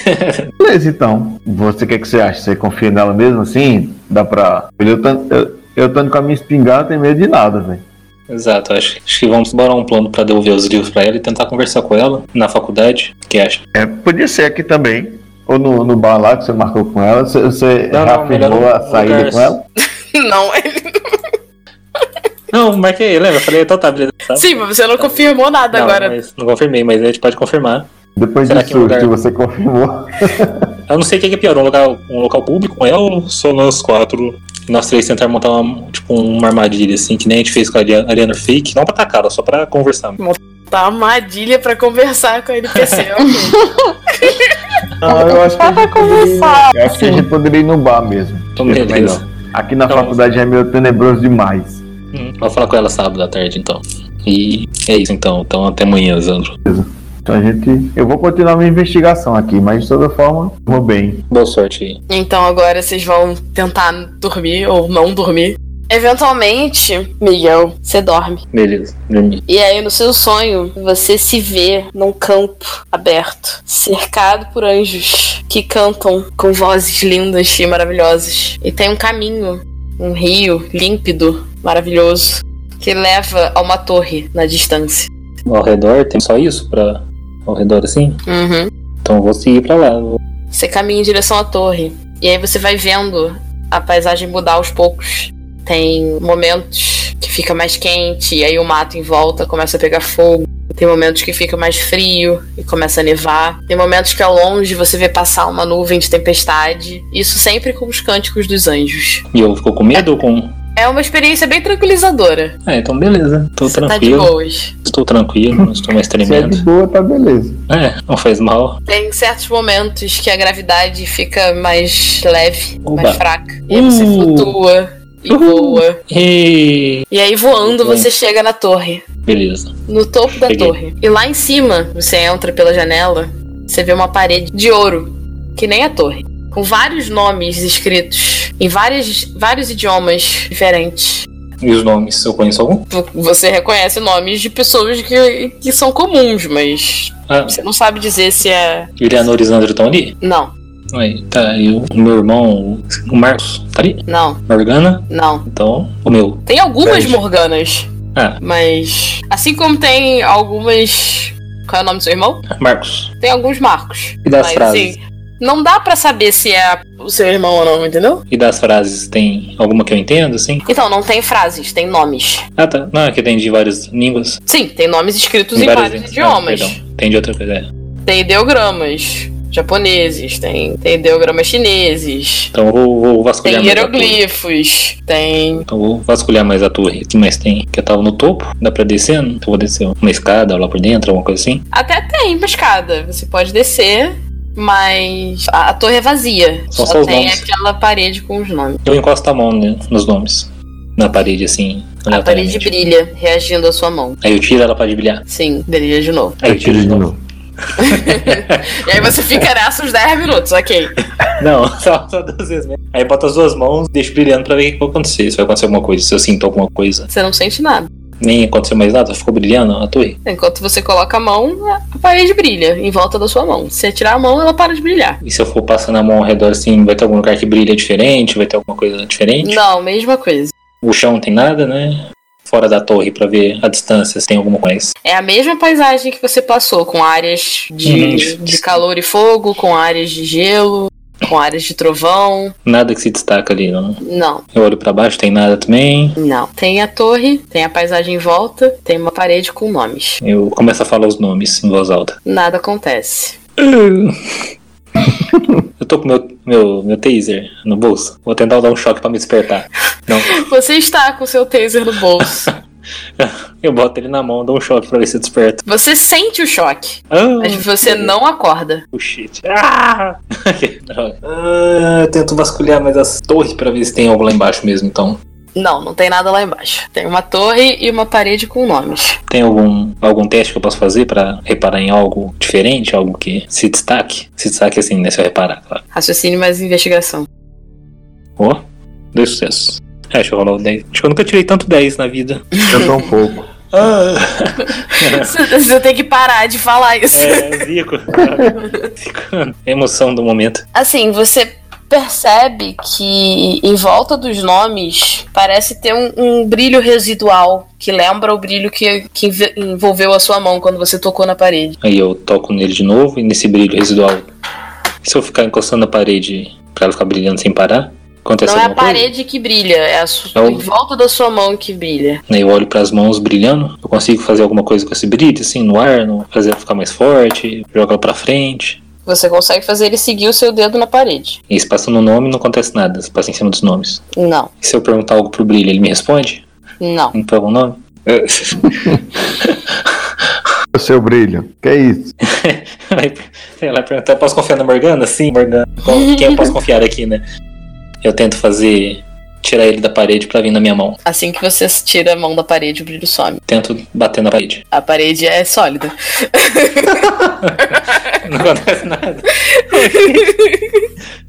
Speaker 2: Beleza, então. Você o que, é que você acha? Você confia nela mesmo assim? Dá pra. Eu tanto, eu, eu tanto com a minha espingarda, não tenho medo de nada, velho.
Speaker 3: Exato, acho, acho que vamos bolar um plano pra devolver os livros pra ela e tentar conversar com ela na faculdade. O que acha?
Speaker 2: É, podia ser aqui também. Ou no, no bar lá que você marcou com ela, você, você
Speaker 3: Não, não,
Speaker 2: reafirmou
Speaker 3: melhor
Speaker 2: a
Speaker 3: um
Speaker 2: É saída
Speaker 3: lugar-
Speaker 2: com ela?
Speaker 1: Não, ele...
Speaker 3: Não, marquei, lembra? Falei, então tá, beleza. Tá.
Speaker 1: sim, mas você não confirmou nada
Speaker 3: Não,
Speaker 1: agora.
Speaker 3: mas não confirmei, mas a gente pode confirmar.
Speaker 2: Depois
Speaker 3: Será
Speaker 2: de
Speaker 3: que é um
Speaker 2: susto,
Speaker 3: lugar-
Speaker 2: você confirmou.
Speaker 3: Eu não sei o que é pior, um local, um local público com ela ou só nós quatro? Nós três tentar montar uma, tipo, uma armadilha, assim, que nem a gente fez com a Ari- Ariana Fake, não pra atacar, ela, só pra conversar.
Speaker 1: Tá armadilha pra conversar com a NPC. ok.
Speaker 2: Não, Ah, eu acho que.
Speaker 4: Dá pra conversar.
Speaker 2: Eu acho que a gente poderia ir no bar mesmo.
Speaker 3: Então,
Speaker 2: Isso é
Speaker 3: beleza.
Speaker 2: melhor. Aqui na
Speaker 3: Então-
Speaker 2: faculdade é meio tenebroso demais.
Speaker 3: Hum, Vou falar com ela sábado à tarde, então. E é isso, então. Então até amanhã, Zandro.
Speaker 2: Então a gente. Eu vou continuar minha investigação aqui, mas de toda forma, vou bem.
Speaker 3: Boa sorte aí.
Speaker 1: então agora vocês vão tentar dormir ou não dormir. Eventualmente, Miguel, você dorme.
Speaker 3: Beleza. Dormi.
Speaker 1: E aí, no seu sonho, você se vê num campo aberto, cercado por anjos que cantam com vozes lindas e maravilhosas. E tem um caminho, um rio límpido, maravilhoso, que leva a uma torre na distância.
Speaker 3: Ao redor tem só isso pra. Ao redor assim?
Speaker 1: Uhum.
Speaker 3: Então eu vou seguir pra lá.
Speaker 1: Você caminha em direção à torre. E aí você vai vendo a paisagem mudar aos poucos. Tem momentos que fica mais quente, e aí o mato em volta começa a pegar fogo. Tem momentos que fica mais frio e começa a nevar. Tem momentos que ao longe você vê passar uma nuvem de tempestade. Isso sempre com os cânticos dos anjos.
Speaker 3: E eu fico com medo ou com.
Speaker 1: É uma experiência bem tranquilizadora.
Speaker 3: Ah, então beleza. Tô
Speaker 1: Você tá de
Speaker 3: tranquilo.
Speaker 1: boas.
Speaker 3: estou tranquilo, não estou mais
Speaker 2: Se é de
Speaker 3: tremendo.
Speaker 2: boa, tá beleza.
Speaker 3: É, não faz mal.
Speaker 1: Tem certos momentos que a gravidade fica mais leve,
Speaker 3: Oba.
Speaker 1: mais fraca. E aí você
Speaker 3: Uh.
Speaker 1: flutua e
Speaker 3: Uhul.
Speaker 1: voa.
Speaker 3: E
Speaker 1: E aí voando
Speaker 3: Muito bem.
Speaker 1: você chega na torre,
Speaker 3: beleza.
Speaker 1: no topo da
Speaker 3: Cheguei.
Speaker 1: torre. E lá em cima, você entra pela janela, você vê uma parede de ouro, que nem a torre, com vários nomes escritos em várias, vários idiomas diferentes.
Speaker 3: E os nomes, eu conheço algum?
Speaker 1: V- Você reconhece nomes de pessoas que, que são comuns, mas
Speaker 3: Ah,
Speaker 1: você não sabe dizer se é.
Speaker 3: Irianor e Zandro estão ali?
Speaker 1: Não,
Speaker 3: Aí, tá, e o o meu irmão, o Marcos, tá ali?
Speaker 1: não,
Speaker 3: Morgana?
Speaker 1: não.
Speaker 3: Então, o meu.
Speaker 1: Tem algumas
Speaker 3: Pede.
Speaker 1: Morganas,
Speaker 3: Ah,
Speaker 1: mas. Assim como tem algumas. Qual é o nome do seu irmão?
Speaker 3: Marcos.
Speaker 1: Tem alguns marcos.
Speaker 3: E das
Speaker 1: Mas,
Speaker 3: frases?
Speaker 1: assim, não dá pra saber se é o seu irmão ou não, entendeu?
Speaker 3: E das frases, tem alguma que eu entendo, assim?
Speaker 1: Então, não tem frases, tem nomes.
Speaker 3: Ah, tá. Não, é que tem de várias línguas.
Speaker 1: Sim, tem nomes escritos
Speaker 3: Em
Speaker 1: em vários
Speaker 3: línguas.
Speaker 1: idiomas.
Speaker 3: Ah, perdão. Tem de outra coisa. é.
Speaker 1: tem ideogramas japoneses, tem, tem ideogramas chineses,
Speaker 3: Então eu vou, vou vasculhar
Speaker 1: tem
Speaker 3: mais a torre.
Speaker 1: hieroglifos, tem...
Speaker 3: Então eu vou vasculhar mais a torre. O que mais tem? Que eu tava no topo, dá pra descer? né? Então eu vou descer uma escada lá por dentro, alguma coisa assim.
Speaker 1: Até tem pescada, você pode descer, mas a, a torre é vazia.
Speaker 3: Só
Speaker 1: Só,
Speaker 3: só os
Speaker 1: tem
Speaker 3: nomes.
Speaker 1: aquela parede com os nomes.
Speaker 3: Eu encosto a mão né, nos nomes. Na parede, assim,
Speaker 1: A parede
Speaker 3: aleatoriamente.
Speaker 1: brilha, reagindo à sua mão.
Speaker 3: Aí eu tiro ela pra brilhar.
Speaker 1: Sim, brilha de novo.
Speaker 3: Aí eu tiro de novo.
Speaker 1: E aí você fica nessa uns 10 minutos, ok.
Speaker 3: Não, só, só duas vezes mesmo. Aí bota as duas mãos, deixa brilhando pra ver o que vai acontecer. Se vai acontecer alguma coisa, se eu sinto alguma coisa.
Speaker 1: Você não sente nada.
Speaker 3: Nem aconteceu mais nada, ficou brilhando Ah, a torre.
Speaker 1: Enquanto você coloca a mão, a parede brilha em volta da sua mão. Se você tirar a mão, ela para de brilhar.
Speaker 3: E se eu for passando a mão ao redor assim, vai ter algum lugar que brilha diferente, vai ter alguma coisa diferente.
Speaker 1: Não, mesma coisa.
Speaker 3: O chão não tem nada, né? Fora da torre pra ver a distância se tem alguma coisa.
Speaker 1: É a mesma paisagem que você passou, com áreas de,
Speaker 3: Uhum.
Speaker 1: de calor e fogo, com áreas de gelo, com áreas de trovão.
Speaker 3: Nada que se destaca ali, não.
Speaker 1: Não,
Speaker 3: Eu olho pra baixo, tem nada também.
Speaker 1: não. Tem a torre, tem a paisagem em volta, tem uma parede com nomes.
Speaker 3: Eu começo a falar os nomes em voz alta.
Speaker 1: Nada acontece.
Speaker 3: Eu tô com meu, meu, meu taser no bolso. Vou tentar dar um choque pra me despertar. Não,
Speaker 1: Você está com seu taser no bolso.
Speaker 3: eu boto ele na mão, dou um choque pra ver se eu desperto.
Speaker 1: Você sente o choque,
Speaker 3: Ah,
Speaker 1: mas você não acorda.
Speaker 3: oh, shit. Ah! Droga. Ah, eu tento vasculhar mais as torres pra ver se tem algo lá embaixo mesmo, então.
Speaker 1: Não, não tem nada lá embaixo. Tem uma torre e uma parede com nomes.
Speaker 3: Tem algum, algum teste que eu posso fazer pra reparar em algo diferente, algo que se destaque? Se destaque assim, né? Se eu reparar, claro.
Speaker 1: Raciocínio mais investigação.
Speaker 3: Ó, dois sucessos. É, deixa eu rolar o 10. Acho que eu nunca tirei tanto 10 na vida.
Speaker 2: Eu tô um pouco.
Speaker 3: Ah,
Speaker 1: Você tem que parar de falar isso.
Speaker 3: é, Zico. Zico. Emoção do momento.
Speaker 1: Assim, você percebe que em volta dos nomes parece ter um, um brilho residual que lembra o brilho que, que enve- envolveu a sua mão quando você tocou na parede.
Speaker 3: Aí eu toco nele de novo e nesse brilho residual. Se eu ficar encostando na parede pra ela ficar brilhando sem parar, acontece
Speaker 1: Não é a
Speaker 3: alguma coisa?
Speaker 1: parede que brilha, é a su-
Speaker 3: Não.
Speaker 1: em volta da sua mão que brilha.
Speaker 3: Aí eu olho pras mãos brilhando, eu consigo fazer alguma coisa com esse brilho, assim, no ar, no- fazer ela ficar mais forte, jogar ela pra frente.
Speaker 1: Você consegue fazer ele seguir o seu dedo na parede.
Speaker 3: E se passa no nome, não acontece nada, se passa em cima dos nomes.
Speaker 1: Não,
Speaker 3: E se eu perguntar algo pro brilho, ele me responde?
Speaker 1: não.
Speaker 3: Não pega o nome?
Speaker 2: O seu brilho. Que é isso?
Speaker 3: Aí ela pergunta, posso confiar na Morgana? Sim, Morgana. Qual- Quem eu posso confiar aqui, né? Eu tento fazer. tirar ele da parede pra vir na minha mão.
Speaker 1: Assim que você tira a mão da parede, o brilho some.
Speaker 3: Tento bater na parede.
Speaker 1: A parede é sólida.
Speaker 3: Não acontece nada.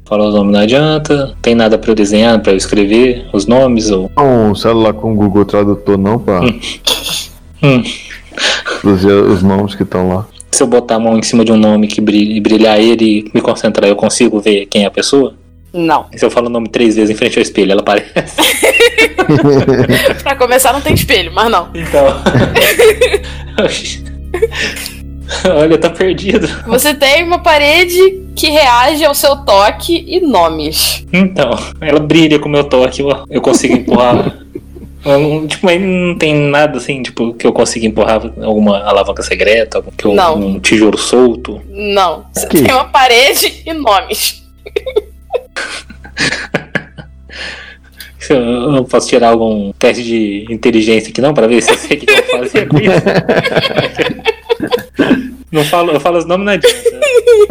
Speaker 3: Falar os nomes não adianta. Tem nada pra eu desenhar, pra eu escrever os nomes ou.
Speaker 2: Não, um celular com o Google Tradutor não pra
Speaker 3: Hum.
Speaker 2: Traduzir os nomes que estão lá.
Speaker 3: Se eu botar a mão em cima de um nome que brilha, e brilhar ele e me concentrar, eu consigo ver quem é a pessoa?
Speaker 1: Não.
Speaker 3: E se eu falo o nome três vezes em frente ao espelho, ela aparece.
Speaker 1: Pra começar, não tem espelho, mas não.
Speaker 3: Então. Olha, tá perdido.
Speaker 1: Você tem uma parede que reage ao seu toque e nomes.
Speaker 3: Então, ela brilha com o meu toque, ó. eu consigo empurrar. Eu não- tipo, mas não tem nada assim, tipo, que eu consiga empurrar alguma alavanca secreta, algum, que eu-
Speaker 1: Não.
Speaker 3: um tijolo solto.
Speaker 1: Não. Você
Speaker 2: Que?
Speaker 1: tem uma parede e nomes.
Speaker 3: Se Eu, eu posso tirar algum teste de inteligência aqui não, pra ver se eu sei o que que eu vou fazer com isso. Não falo, eu falo os nomes, não adianta.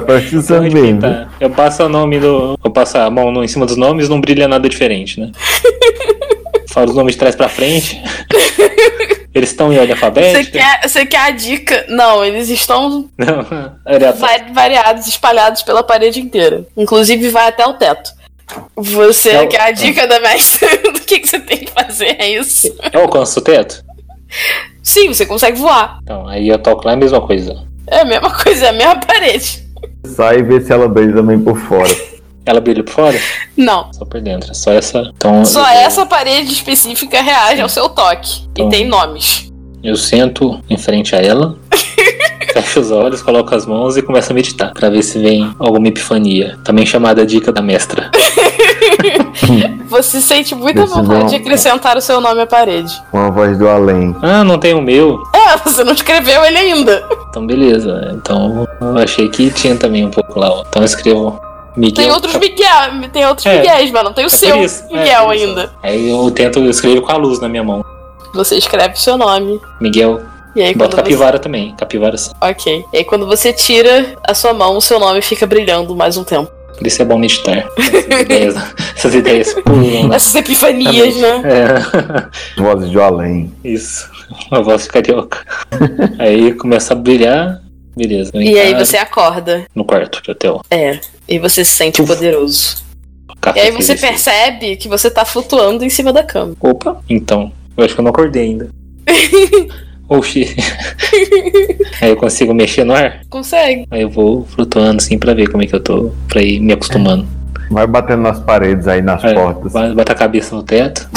Speaker 2: Parece
Speaker 3: Então,
Speaker 2: também.
Speaker 3: tá. Eu passo o nome do. Eu passo a mão no- em cima dos nomes, não brilha nada diferente, né? Falo os nomes de trás pra frente. Eles estão em ordem
Speaker 1: Você
Speaker 3: alfabética.
Speaker 1: quer, você quer a dica? Não, eles estão
Speaker 3: Não, tá- aleatório.
Speaker 1: va- variados, espalhados pela parede inteira. Inclusive, vai até o teto. Você
Speaker 3: Não.
Speaker 1: quer a dica da mestre do que, que você tem que fazer? É isso?
Speaker 3: Eu alcanço o Tá teto?
Speaker 1: Sim, você consegue voar.
Speaker 3: Então, aí eu toco lá é a mesma coisa.
Speaker 1: É a mesma coisa, é a mesma parede.
Speaker 2: Sai e vê se ela brilha também por fora.
Speaker 3: Ela brilha por fora?
Speaker 1: Não.
Speaker 3: Só por dentro. é Só essa. Então,
Speaker 1: Só
Speaker 3: eu,
Speaker 1: essa parede específica reage ao seu toque. E
Speaker 3: Então.
Speaker 1: tem nomes.
Speaker 3: Eu sento em frente a ela. Fecho os olhos, coloco as mãos e começo a meditar. Pra ver se vem alguma epifania. Também chamada dica da mestra.
Speaker 1: Você sente muita
Speaker 2: Decisão.
Speaker 1: vontade de acrescentar o seu nome à parede.
Speaker 2: Uma voz do além.
Speaker 3: Ah, não tem o meu.
Speaker 1: É, você não escreveu ele ainda.
Speaker 3: Então, beleza. Então, eu achei que tinha também um pouco lá. ó. Então, eu escrevo Miguel.
Speaker 1: Tem outros Miguel, tem outros
Speaker 3: É.
Speaker 1: Miguéis, mas não tem o seu
Speaker 3: isso, é,
Speaker 1: Miguel
Speaker 3: por isso.
Speaker 1: ainda.
Speaker 3: Aí eu tento, eu escrevo com a luz na minha mão.
Speaker 1: Você escreve o seu nome.
Speaker 3: Miguel.
Speaker 1: E aí quando
Speaker 3: Bota
Speaker 1: você...
Speaker 3: capivara também. Capivara, sim.
Speaker 1: Ok. E aí quando você tira a sua mão, o seu nome fica brilhando mais um tempo.
Speaker 3: Por isso é bom meditar. Essas ideias, essas ideias pulam. né?
Speaker 1: Essas epifanias, né?
Speaker 3: É,
Speaker 2: Vozes do além.
Speaker 3: isso. Uma voz de carioca. Aí começa a brilhar. Beleza. eu
Speaker 1: E aí
Speaker 3: encaro
Speaker 1: você acorda.
Speaker 3: No quarto de hotel.
Speaker 1: É. E você se sente poderoso. E
Speaker 3: Café
Speaker 1: aí você
Speaker 3: feliz.
Speaker 1: percebe que você tá flutuando em cima da cama.
Speaker 3: Opa, então. Eu acho que eu não acordei ainda. Oxi. aí eu consigo mexer no ar?
Speaker 1: Consegue.
Speaker 3: Aí eu vou flutuando assim pra ver como é que eu tô, pra ir me acostumando.
Speaker 2: Vai batendo nas paredes aí, nas
Speaker 3: Aí,
Speaker 1: É.
Speaker 2: portas.
Speaker 3: ba- Bota a cabeça no teto.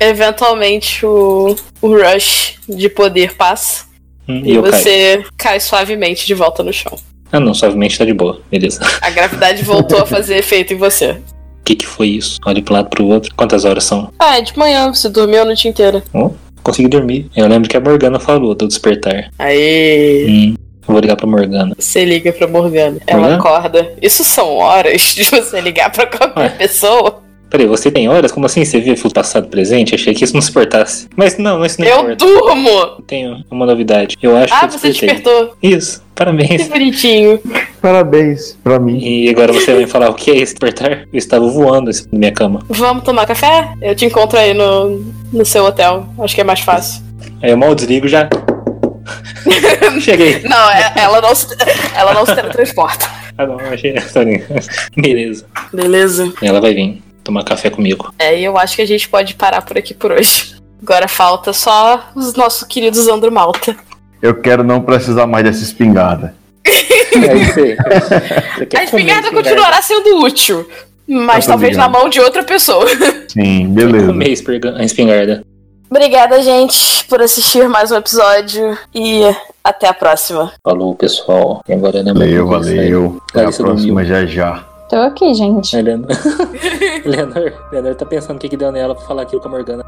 Speaker 1: Eventualmente o, o rush de poder passa.
Speaker 3: hum,
Speaker 1: E,
Speaker 3: e eu caio.
Speaker 1: você cai suavemente de volta no chão.
Speaker 3: Ah não, suavemente tá de boa. Beleza.
Speaker 1: A gravidade voltou a fazer efeito em você.
Speaker 3: O que que foi isso? Olho pro lado pro outro. Quantas horas são?
Speaker 1: Ah, é de manhã, você dormiu a noite inteira.
Speaker 3: Consegui dormir. Eu lembro que a Morgana falou do despertar.
Speaker 1: Aí
Speaker 3: Hum, eu vou ligar pra Morgana.
Speaker 1: você liga pra Morgana. Ela
Speaker 3: Morgana?
Speaker 1: acorda. Isso são horas de você ligar pra qualquer
Speaker 3: Ué.
Speaker 1: pessoa.
Speaker 3: Peraí, você tem horas? Como assim? Você viu passado presente? Achei que isso não se importasse. Mas não, é isso não
Speaker 1: Eu
Speaker 3: importa.
Speaker 1: durmo!
Speaker 3: Eu tenho uma novidade. Eu acho
Speaker 1: Ah,
Speaker 3: que eu
Speaker 1: você
Speaker 3: despertei.
Speaker 1: despertou.
Speaker 3: Isso,
Speaker 1: Que
Speaker 3: parabéns.
Speaker 1: bonitinho.
Speaker 2: parabéns pra mim.
Speaker 3: E agora você vai me falar o que é esse despertar? Eu estava voando em cima da minha cama.
Speaker 1: Vamos tomar café? Eu te encontro aí no, no seu hotel. Acho que é mais fácil.
Speaker 3: Aí eu mal desligo já. Cheguei.
Speaker 1: Não, é- ela não se, ela não se teletransporta.
Speaker 3: Ah não, achei. Tá ligado. Beleza.
Speaker 1: Beleza.
Speaker 3: E ela vai vir tomar café comigo.
Speaker 1: É, e eu acho que a gente pode parar por aqui por hoje. Agora falta só os nossos queridos Andro Malta.
Speaker 2: Eu quero não precisar mais dessa espingarda.
Speaker 3: É isso aí.
Speaker 1: A espingarda continuará sendo útil, mas
Speaker 2: Tá
Speaker 1: talvez na
Speaker 2: obrigado.
Speaker 1: mão de outra pessoa.
Speaker 2: Sim,
Speaker 3: Beleza.
Speaker 2: beleza.
Speaker 3: Comer espirga- a espingarda.
Speaker 1: Obrigada, gente, por assistir mais um episódio e até a próxima.
Speaker 3: Falou, pessoal. E agora lembra
Speaker 2: Valeu,
Speaker 3: que eu saí.
Speaker 2: valeu. Até a
Speaker 3: Larissa dormiu.
Speaker 2: próxima já já.
Speaker 4: Tô aqui, gente.
Speaker 3: É, Leonor. Leonor, Leonor tá pensando o que, que deu nela pra falar aquilo com a Morgana.